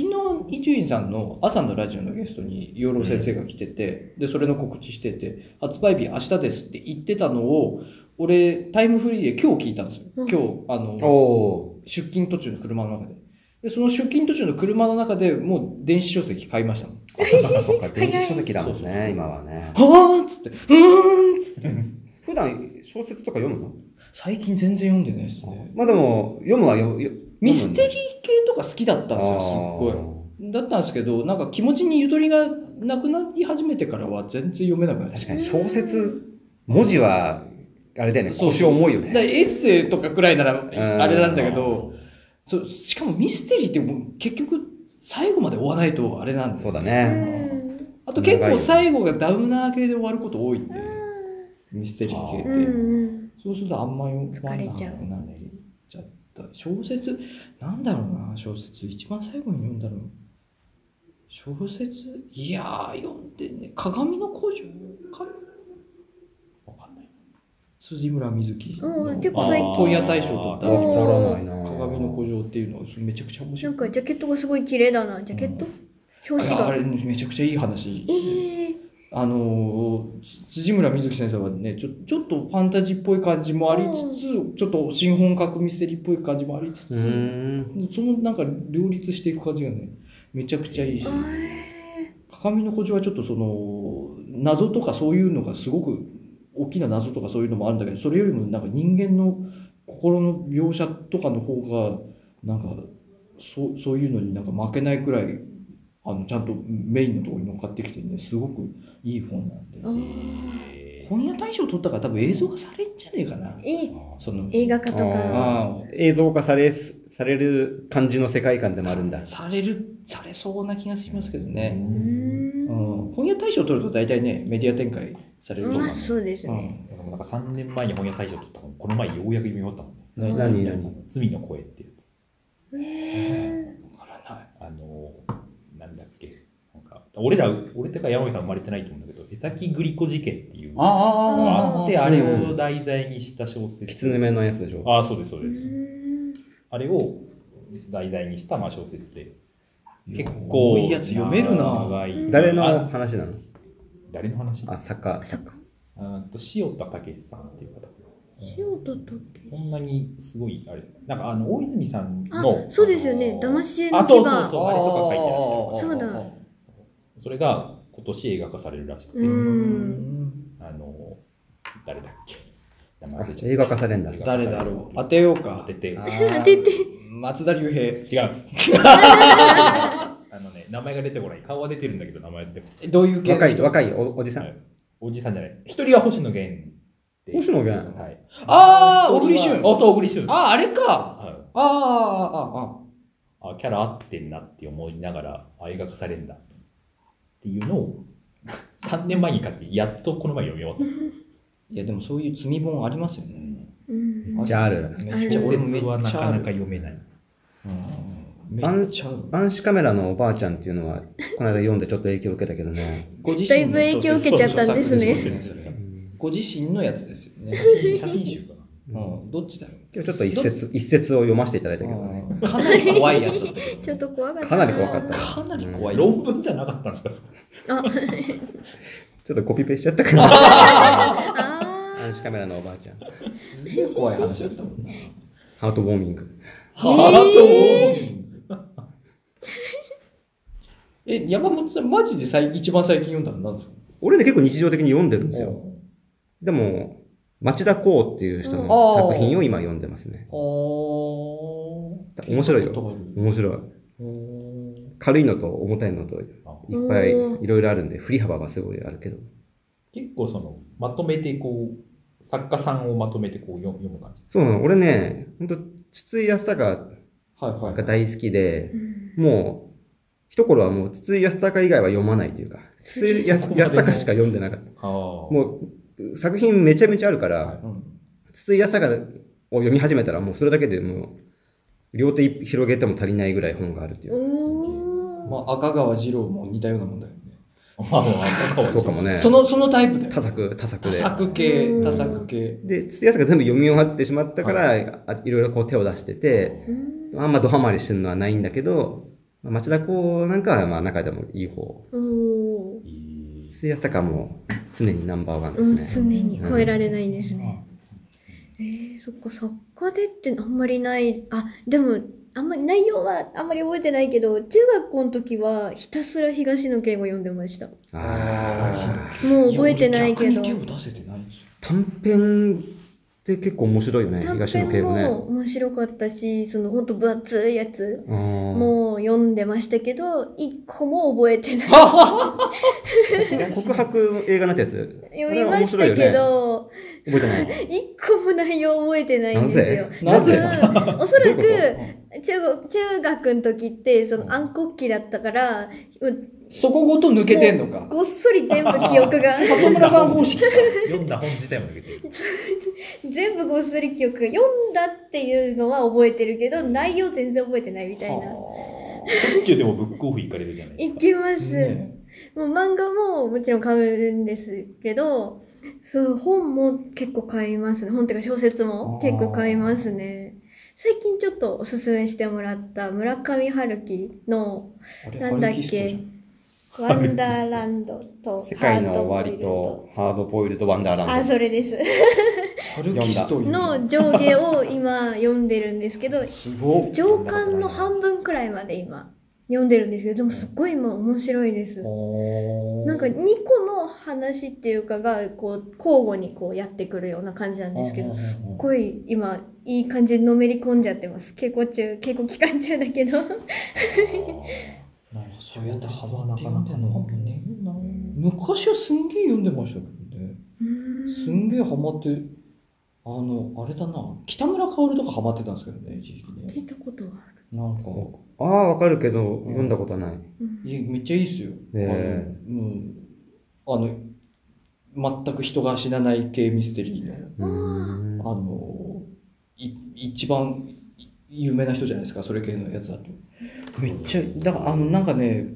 日伊集院さんの朝のラジオのゲストに養老先生が来てて、でそれの告知してて発売日明日ですって言ってたのを俺タイムフリーで今日聞いたんですようん今日あのお出勤途中の車の中ででその出勤途中の車の中でもう電子書籍買いましたもんー。そっか、電子書籍だもんそうそうそうね、今はね。はあっつってうーんっつって普段小説とか読むの最近全然読んでないですねまあでも、読むはよよミステリー系とか好きだったんですよすっごいだったんですけどなんか気持ちにゆとりがなくなり始めてからは全然読めなくなりまし確たかに小説、文字は、あれだよね、腰重いよだからね。エッセイとかくらいならんあれなんだけどそしかもミステリーってもう結局最後まで追わないとあれなんでそうだうね。んあと結長い構よ最後がダウナー系で終わること多いんでミステリー系って、うんうんそうするとあんま読まな疲れくちゃうなっちゃった小説なんだろうな小説一番最後に読んだの小説いやー読んでね鏡の工場かなわかんない辻村水木のうん結構最近あー本屋大賞取ったおーわからないな鏡の古城っていうのがめちゃくちゃ面な白いんかジャケットがすごい綺麗だなジャケット表い紙やあがれめちゃくちゃいい話えーあのーつ辻村瑞希先生はねちょちょっとファンタジーっぽい感じもありつつちょっと新本格ミステリーっぽい感じもありつつ、うーん。そのなんか両立していく感じがねめちゃくちゃいいしあ鏡の古城はちょっとその謎とかそういうのがすごく大きな謎とかそういうのもあるんだけどそれよりもなんか人間の心の描写とかの方がなんかそう そういうのになんか負けないくらいあのちゃんとメインのところに乗っかってきてねすごくいい本なんで、ーあーえ本屋大賞取ったから多分映像化されんじゃねえかなえーその映画化とかああ映像化されす、される感じの世界観でもあるんだ。されるされそうな気がしますけどね、うーんうん本屋大賞を取ると大体ねメディア展開されるとま思うあそうですねーなんか3年前に本屋大賞取った本この前ようやく読み終わったもんねうんうんわ何あ何の罪の声ってやつえからないあのなんだっけなんか俺ら俺とか山口さん生まれてないと思うんだけど江崎グリコ事件っていうのがあっあーてあれを題材にした小説狐目のやつでしょ。ああそうですそうーうです、ーんあれを題材にしたまあ小説で結多構いやつ読めるな長い誰のあ話なの誰の話あ、サッカー。そっかあと塩田武さんっていう方塩田とそんなにすごいあれなんかあの大泉さんあのそうですよね騙し絵のあ牙そうそうそうあれとか書いてらっしゃるそうだそれが今年映画化されるらしくて、ううんんあの誰だっけ名前あ忘れちゃった映画化されんだ。誰だろう当てようか当ててあ当てて松田龍平違う あのね名前が出てこない顔は出てるんだけど名前出てこないえどういう系若い、若いおおじさはん。いおじさんじゃない一人は星野源で星野源はいああ小栗旬あそう小栗旬あああれかはいあーああキャラ合ってんなって思いながらあ映画化されるんだっていうのを3年前に買ってやっとこの前読み終わっーいやでもそういう積み本ありますよねうんめっちゃある。めたっちゃ俺も小めっ説はなちかゃあなるか読めないうんめっちゃある暗視カメラのおばあちゃんっていうのは、この間読んでちょっと影響を受けたけどね。ご自身のだいぶ影響受けちゃったんですねそうそうそうご自身のやつですよね写真写真集かなうんどっちだろう今日ちょっと一節、一節を読ませていただいたけどね。うんかなり怖いやつだったけど、ね、ちょっと怖かったかなり怖かったかなり怖い、論文じゃなかったんですかあちょっとコピペしちゃったから。あ暗視カメラのおばあちゃん。すげえ怖い話だったもんなハートウォーミング。ハートウォーミングえ山本さんマジで最一番最近読んだの何ですか俺ね、結構日常的に読んでるんですよ。あでも、町田光っていう人の作品を今読んでますね。ー面白いよ聞たことある面白い。おー軽いのと重たいのといっぱおーいいろいろあるんで、振り幅がすごいあるけど。結構そのまとめてこう作家さんをまとめてこう読読む感じそうなの、俺ね、ほんと、筒井康隆はいはいが大好きでー、うんもう、一頃はもう筒井康隆以外は読まないというか、筒井康そこまで康隆しか読んでなかった。あももう、作品めちゃめちゃあるから、はいうん筒井康隆を読み始めたら、もうそれだけでもう、両手い広げても足りないぐらい本があるっていう。おまあ、赤川次郎も似たようなもんだよね、うあもうあそうそうかもね。そのそのタイプだよ多作、多作多で。作系うん多作系で、筒井康隆全部読み終わってしまったから、あいろいろこう手を出してて、ーうんあんまドハマりしてるのはないんだけど、町田子なんかはまあ中でもいい方。おおいい水安高も常にナンバーワンでうすん、ね。常に超えられないんですね。えー、そっか、作家でってあんまりない、あ、でも、あんまり内容はあんまり覚えてないけど、中学校の時はひたすら東野圭吾読んでました。もああ。う覚えてないけどや、俺逆に手を出せてない んですよ。短編って結構面白いよね、短東野圭編吾ね。も面白かったし、そのほんと分厚いやつももう読んでましたけど、一個も覚えてない。うん、告白映画なんてやつ読みましたけど、覚えてない一個も内容覚えてないんですよ。なぜな多分おそらどういうく、中国中学の時ってその暗黒期だったからもうそこごと抜けてんのか。ごっそり全部記憶が里村さん方式か。読んだ本自体も抜けてる。全部ごっそり記憶が読んだっていうのは覚えてるけど内容全然覚えてないみたいなさっきでもブックオフ行かれるじゃないです行か。きます、ねもう漫画ももちろん買うんですけどそう本も結構買いますね本っていうか小説も結構買いますね最近ちょっとおすすめしてもらった村上春樹のあれなんだっハルキストじゃけん「ワンダーランド」と「世界の終わりとハードボイルドワンダーラあ、ンド。それです。ハルキストいいじゃんの上下を今読んでるんですけど、すごっ。上巻の半分くらいまで今読んでるんですけど、でもすっごい今面白いです。なんか2個の話っていうかが、こう、交互にこうやってくるような感じなんですけど、すっごい今、いい感じにのめり込んじゃってます。稽古中、稽古期間中だけど。なんかそうやってハマって読んでんのかもね。昔はすんげえ読んでましたけどね。すんげえハマって、あの、あれだな、北村薫とかハマってたんですけどね、一時期聞ね。いたことはある。なんか、ああ、わかるけど、読んだことない。うんいやめっちゃいいっすよ。えあの、うん、あの、全く人が死なない系ミステリーの、うーんあの、い一番い有名な人じゃないですか、それ系のやつだと。めっちゃ、だから、あの、なんかね、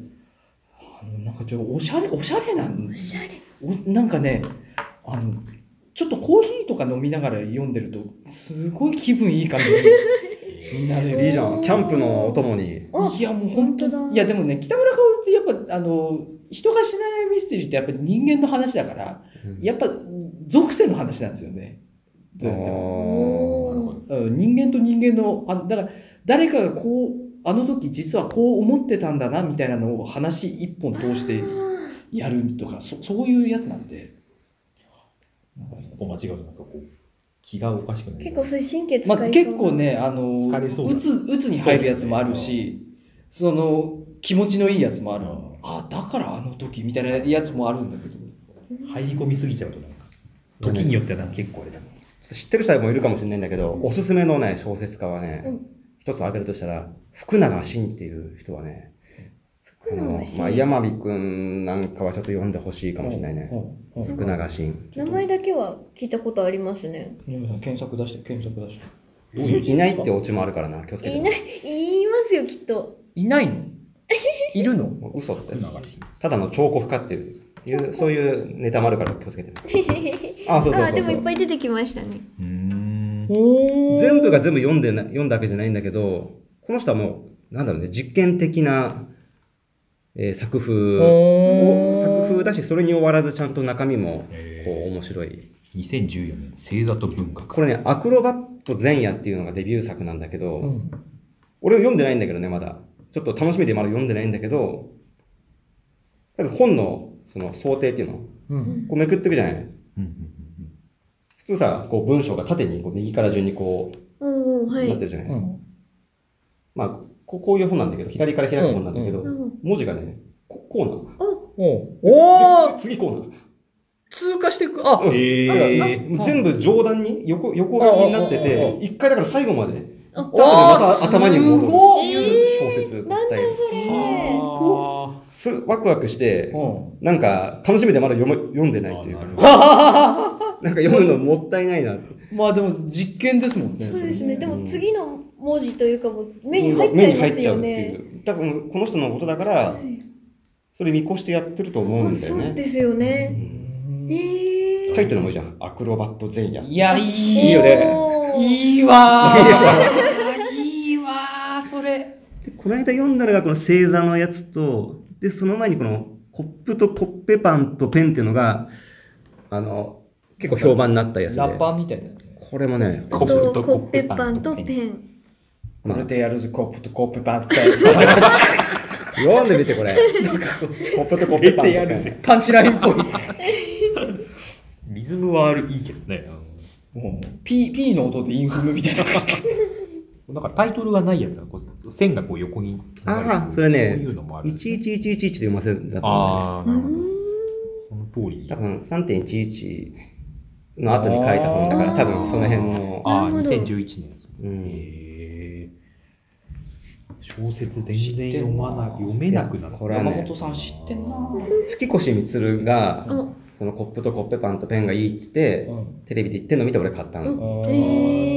あの、なんかちょっとおしゃれ、おしゃれなんおしゃれ。おなんかねあのちょっとコーヒーとか飲みながら読んでるとすごい気分いい感じになれえるーい いじゃん、キャンプのお供に。あいやもう本当本当だいやでもね北村薫ってやっぱあの人が死なないミステリーってやっぱり人間の話だからやっぱ属性の話なんですよね。どうやってもおおーうん人間と人間のあだから誰かがこうあの時実はこう思ってたんだなみたいなのを話一本通してやるとかそそういうやつなんで。ここ間違うとなんかこう気がおかしくなる。結構そういう神経使いまそあ、うな結構ね、あの疲れそうだうつうつに入るやつもあるしそ,、の気持ちのいいやつもある、うんあだからあの時みたいなやつもあるんだけど入り込みすぎちゃうとなんか時によってはなんか結構あれだ。知ってる人もいるかもしれないんだけど、おすすめのね、小説家はねうん、一つ挙げるとしたら、福永慎っていう人はね、あ福永の慎、まあ、山火くんなんかはちょっと読んでほしいかもしれないね。うんうん福永慎。名前だけは聞いたことありますね。南さん検索出して検索出してどういう字いないってですかオチもあるからな、気をつけていね。ない、言いますよ、きっと。いないの いるのもう嘘って福。永氏ただの彫刻家っていう、いうそういうネタもあるから気を つけてね。あ、そうそうそうそう。あ、でもいっぱい出てきましたね。うーん。全部が全部読んでな読んだわけじゃないんだけど、この人はもう、なんだろうね、実験的な、えー作風を、作風だし、それに終わらずちゃんと中身も、こう、面白い。 2014年星座と文学。これね、アクロバット前夜っていうのがデビュー作なんだけど、うん俺は読んでないんだけどね、まだ。ちょっと楽しみでまだ読んでないんだけど、まず本の、その、想定っていうのうんこうめくっていくじゃないうんうんうん普通さ、こう文章が縦にこう右から順にこうん、うんうはなっいて。るじゃない、うんまあこう、こういう本なんだけど、左から開く本なんだけど、うん文字がね、ここうなのおうおーでつ次こうなの通過していくあうんだからー全部上段に横、横書きになってあああてあ、一回だから最後まで、あ後でまたあー頭に戻るすごっいていう小説なんだです。それ。こそれワクワクして、うんなんか楽しみでまだ読め読んでないというかあ、なるほなんか読むのもったいないなって。まあでも実験ですもんねそうですね。でもも次の文字というかもう目に入っちゃいますよ目に入っちねゃう。っていう。多分この人のことだから、それ見越してやってると思うまあんだよそねう。ですよね。ええ。書いてるのもいいじゃん。アクロバット前夜。いやいいいよねおーいいわーいいわーそれでこの間読んだのがこの星座のやつと、で、その前にこのコップとコッペパンとペンっていうのが、あの、結構評判になったやつで。ラッパーみたいなね。これもね、コップととココッッペペパパンンととペペンン。これでやるぞ、コップとコッペパンって。読んでみてこれ。コップとコッペ出パンとてペやン。るぜ。パンチラインっぽい。リズムはあるいいけどね。もう、P、P の音でインフムみたいな感じ。だからタイトルがないやつはこう線がこう横に流れてるああ、それね、そういうのもある。 11111で読ませるんだと思ああ、うなるほど。んこの通りうにね。多。分3.11の後に書いた本だから、あー多分その辺も。ああ、なるほど2011年です。うんへえ。小説全然読まなく、読めなくなる。これは山ね本、さん知ってんなぁ。吹越充が、お、そのコップとコッペパンとペンがいいって言って、うんテレビで言ってんの見て俺買ったの。お、あーえ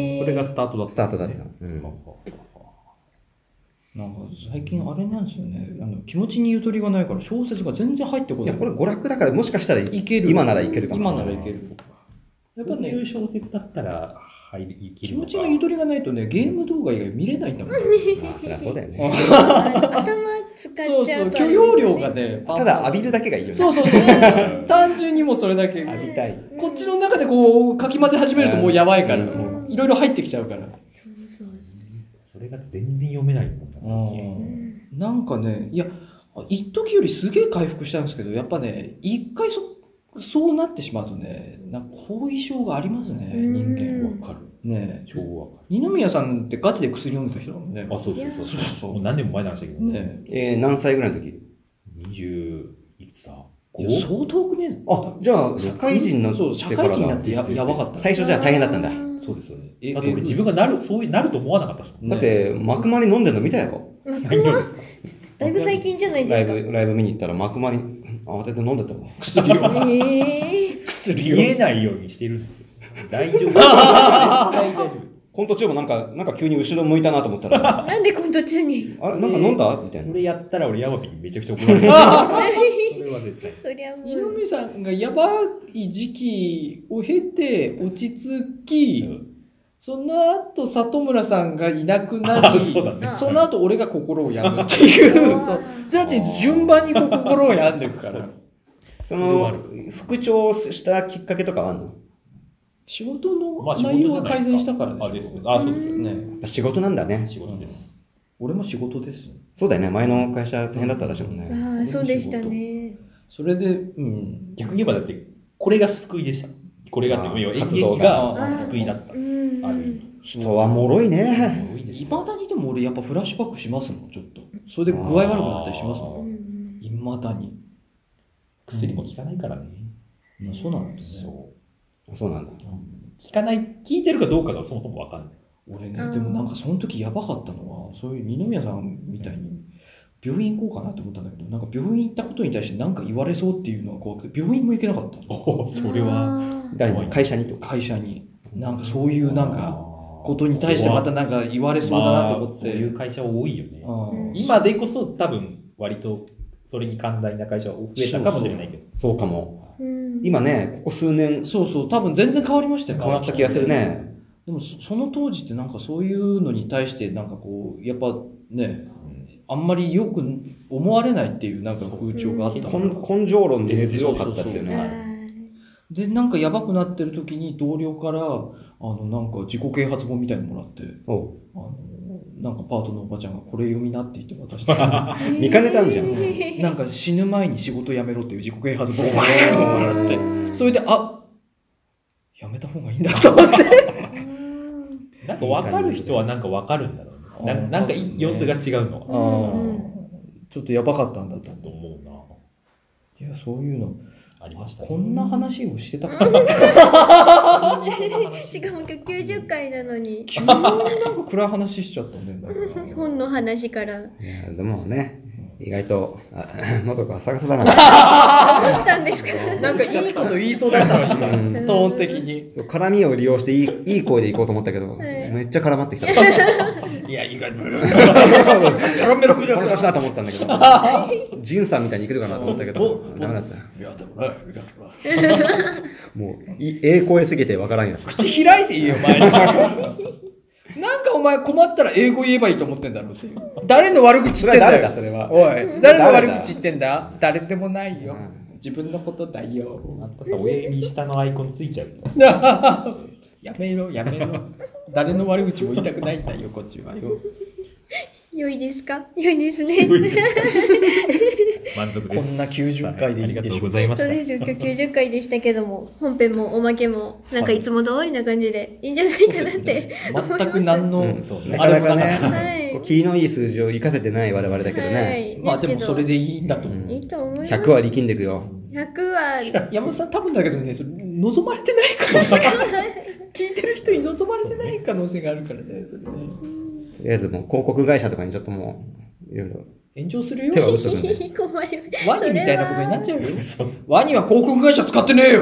ー。 それがスタートだった、スタートだった。うんなんか最近あれなんですよね。あの気持ちにゆとりがないから小説が全然入ってこいなや、い。これ娯楽だからもしかしたらいいける。今ならいけるかもし今れな。ないらいける。やっぱこうねいう小説だったら入りき気るの持かちのゆとりがないとね、ゲーム動画以外見れないんだもん。まあ、そりゃそうだようねん。頭使そっうちそゃう、うとあれ許ですね容量がね、ただ浴びるだけがいいよね。そうそうそうそう。単純にもうそれだけ。浴びたい。こっちの中でこう、かき混ぜ始めるともうやばいかうら、んもういろいろ入ってきちゃうから。そうそうそうそれが全然読めないもんな、最近。うんなんかね、いや、一時よりすげえ回復したんですけど、やっぱね、一回そそうなってしまうとね、なんか後遺症がありますね、うん人間わかる。ねえ超わか二宮さんってガチで薬飲んでた人だもんね。る。あ、そうそうそう。そうそうもう何年も前の話だけどね。ねえー、何歳ぐらいの時20、いくつだえいや ?5? 相当多くねあ、じゃあ、社会人になってそう、社会人になってそやうそうやばかった。最初じゃあ大変だったんだあーそうですよね。えだってえ俺自分がなる、そういう、なると思わなかったっすもん。だって、幕間に飲んでるの見たよ。何をですかだいぶ最近じゃないラでイすか。ブ、ライブ見に行ったら幕間に慌てて飲んでたもん。薬を。ええ薬見えないようにしてるんですよ。大丈夫。絶対大丈夫。コント中もなんか、 なんか急に後ろ向いたなと思った ら、ー、なんでコント中 に。あれ、なんか飲んだみたいそな。れやったら俺ヤマピーにめちゃくちゃ怒られる。それは絶対。そりゃも二う。宮さんがやばい時期を経て落ち着き、その後里村さんがいなくあなりそうだね。その後俺が心を病むっていうそう ゼラチン順番にこう心を病んでいくかそらうそそれはあの、復調したきっかけとかはあんの仕事まのあ仕内事じ容ゃながい改善したからあででしすょね。あ、そうですよね。ねやっぱ仕事なんだね。仕事です。俺も仕事ですそうだよね。前の会社大変だったらしいもんね。ああ、そうでしたね。それでうん逆に言えばだって、これが救いでした。これがって、あー要は演活動劇がが救いだったう。ん。ある意味。人は脆いね。多いですいよまだにでも俺やっぱフラッシュバックしますもんちょっとそれで具合悪くなったりしますあもーうんんいまだに、薬も効かないからね。まあそうなんですねそう。そうなんだ。効かない、効いてるかどうかがそもそもわかんない。俺ねあーでもなんかその時やばかったのはそういう二宮さんみたいに病院行こうかなと思ったんだけどなんか病院行ったことに対して何か言われそうっていうのは怖くて病院も行けなかったのおお、それは。あ誰に会社にとか。会社になんかそういうなんかこことに対してまたなんか言われそうだなと思っそういてう会社は多いよね。うん今でこそ多分割とそれに寛大な会社は増えたかもしれないけどそうかも。ーうん今ね、ここ数年そうそう多分全然変わりましたよ変わった気がするね。でもそその当時ってなんかそういうのに対してなんかこうやっぱねあんまりよく思われないっていうなんか風潮があったこのん根性論で熱強かったですよあね。ーでなんかやばくなってる時に同僚からあのなんか自己啓発本みたいのもらっておうあのなんかパートのおばちゃんがこれ読みなって言って渡して な見かねたん じゃんんか死ぬ前に仕事辞めろっていう自己啓発本をあもーらってそれであやめた方がいいんだと思ってうんなんか分かる人はなんか分かるんだろうねあーななんかいね様子が違うのはちょっとやばかったんだとと思思うういやそういうのなありましたこんな話をしてたかな しかも今日90回なのに急になんか暗い話しちゃったんだよね本の話からいやでもね、意外と、あ 喉がサガサだな。どうしたんですかなんかいいこと言いそうだった うのんに今トーン的にそう絡みを利用していいいい声で行こうと思ったけど、ええめっちゃ絡 まってきた。いや意外とメロメロメこロのメロ年だと思ったんだけど、ジンさんみたいに行けるかなと思ったけどお、ダメだった。いやでもな、いやでもな。もう、いええ声すぎてわからんやつ。 口開いていいよ、前に。なんかお前困ったら英語言えばいいと思ってんだろうっていう。誰の悪口そ言っれはてんだ誰だよ。それは。おい、誰の悪誰だ口言ってんだ誰でもないようん。自分のことだよ。あんたさ、親指下のアイコンついちゃうからさやめろ、やめろ。誰の悪口も言いたくないんだよ、こっちはよ。良いですか良いですね。そう満足です。こんな90回でいいありんでしょうかがとうございました。ですよ。今日90回でしたけども、本編もおまけも、なんかいつも通りな感じでいいんじゃないかなっそうでて。すね全く何の、うんそうなかなかあれもなかったね、こう気のいい数字を生かせてない我々だけどはね、い。まあでもそれでいいんだと思う。いいと思います。 100は力んでいくよ。 100は、山本さん多分だけどね、それ望まれてない可能性が聞いてる人に望まれてない可能性があるからね、それね。とりあえずもう広告会社とかにちょっともう、いろいろ炎上するよ手。は打っとくんで。困りワニみたいなことになっちゃうよ。そうワニは広告会社使ってねえよ。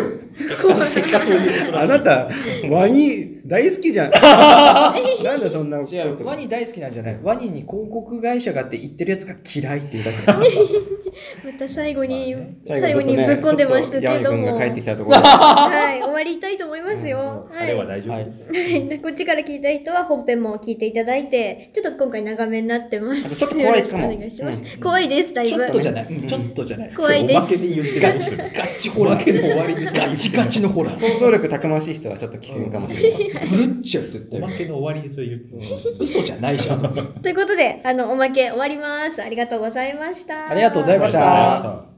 結果そういうことだあしなた、ワニ大好き じゃん。なんでそんなこと違う、ワニ大好きなんじゃない。ワニに広告会社がって言ってるやつが嫌いっていうだけだ。また最後に、最最後後ちょっとにぶねっ込んでましたけどちょっとヤオイ君も、がは帰っいてきたところで。終わりたいと思いますよ。はあいれは大丈夫です。はいこっちから聞いた人は本編も聞いていただいて、ちょっと今回長めになってます。ちょっと怖いかもよろしくお願いします。怖いです、だいぶ。ちょっとじゃない。ちょっとじゃない。怖いおでますけ。で言ってガ何チしてるガチホラー。の終わりです。ガチガチのホラー。想像力たくましい人はちょっと危険かもしれない。ぶるっちゃう絶おま対。けの終わりにそれ言ってる。嘘じゃないじゃん。ということで、あの、おまけ終わります。ありがとうございました。ありがとうございましたありがとうございました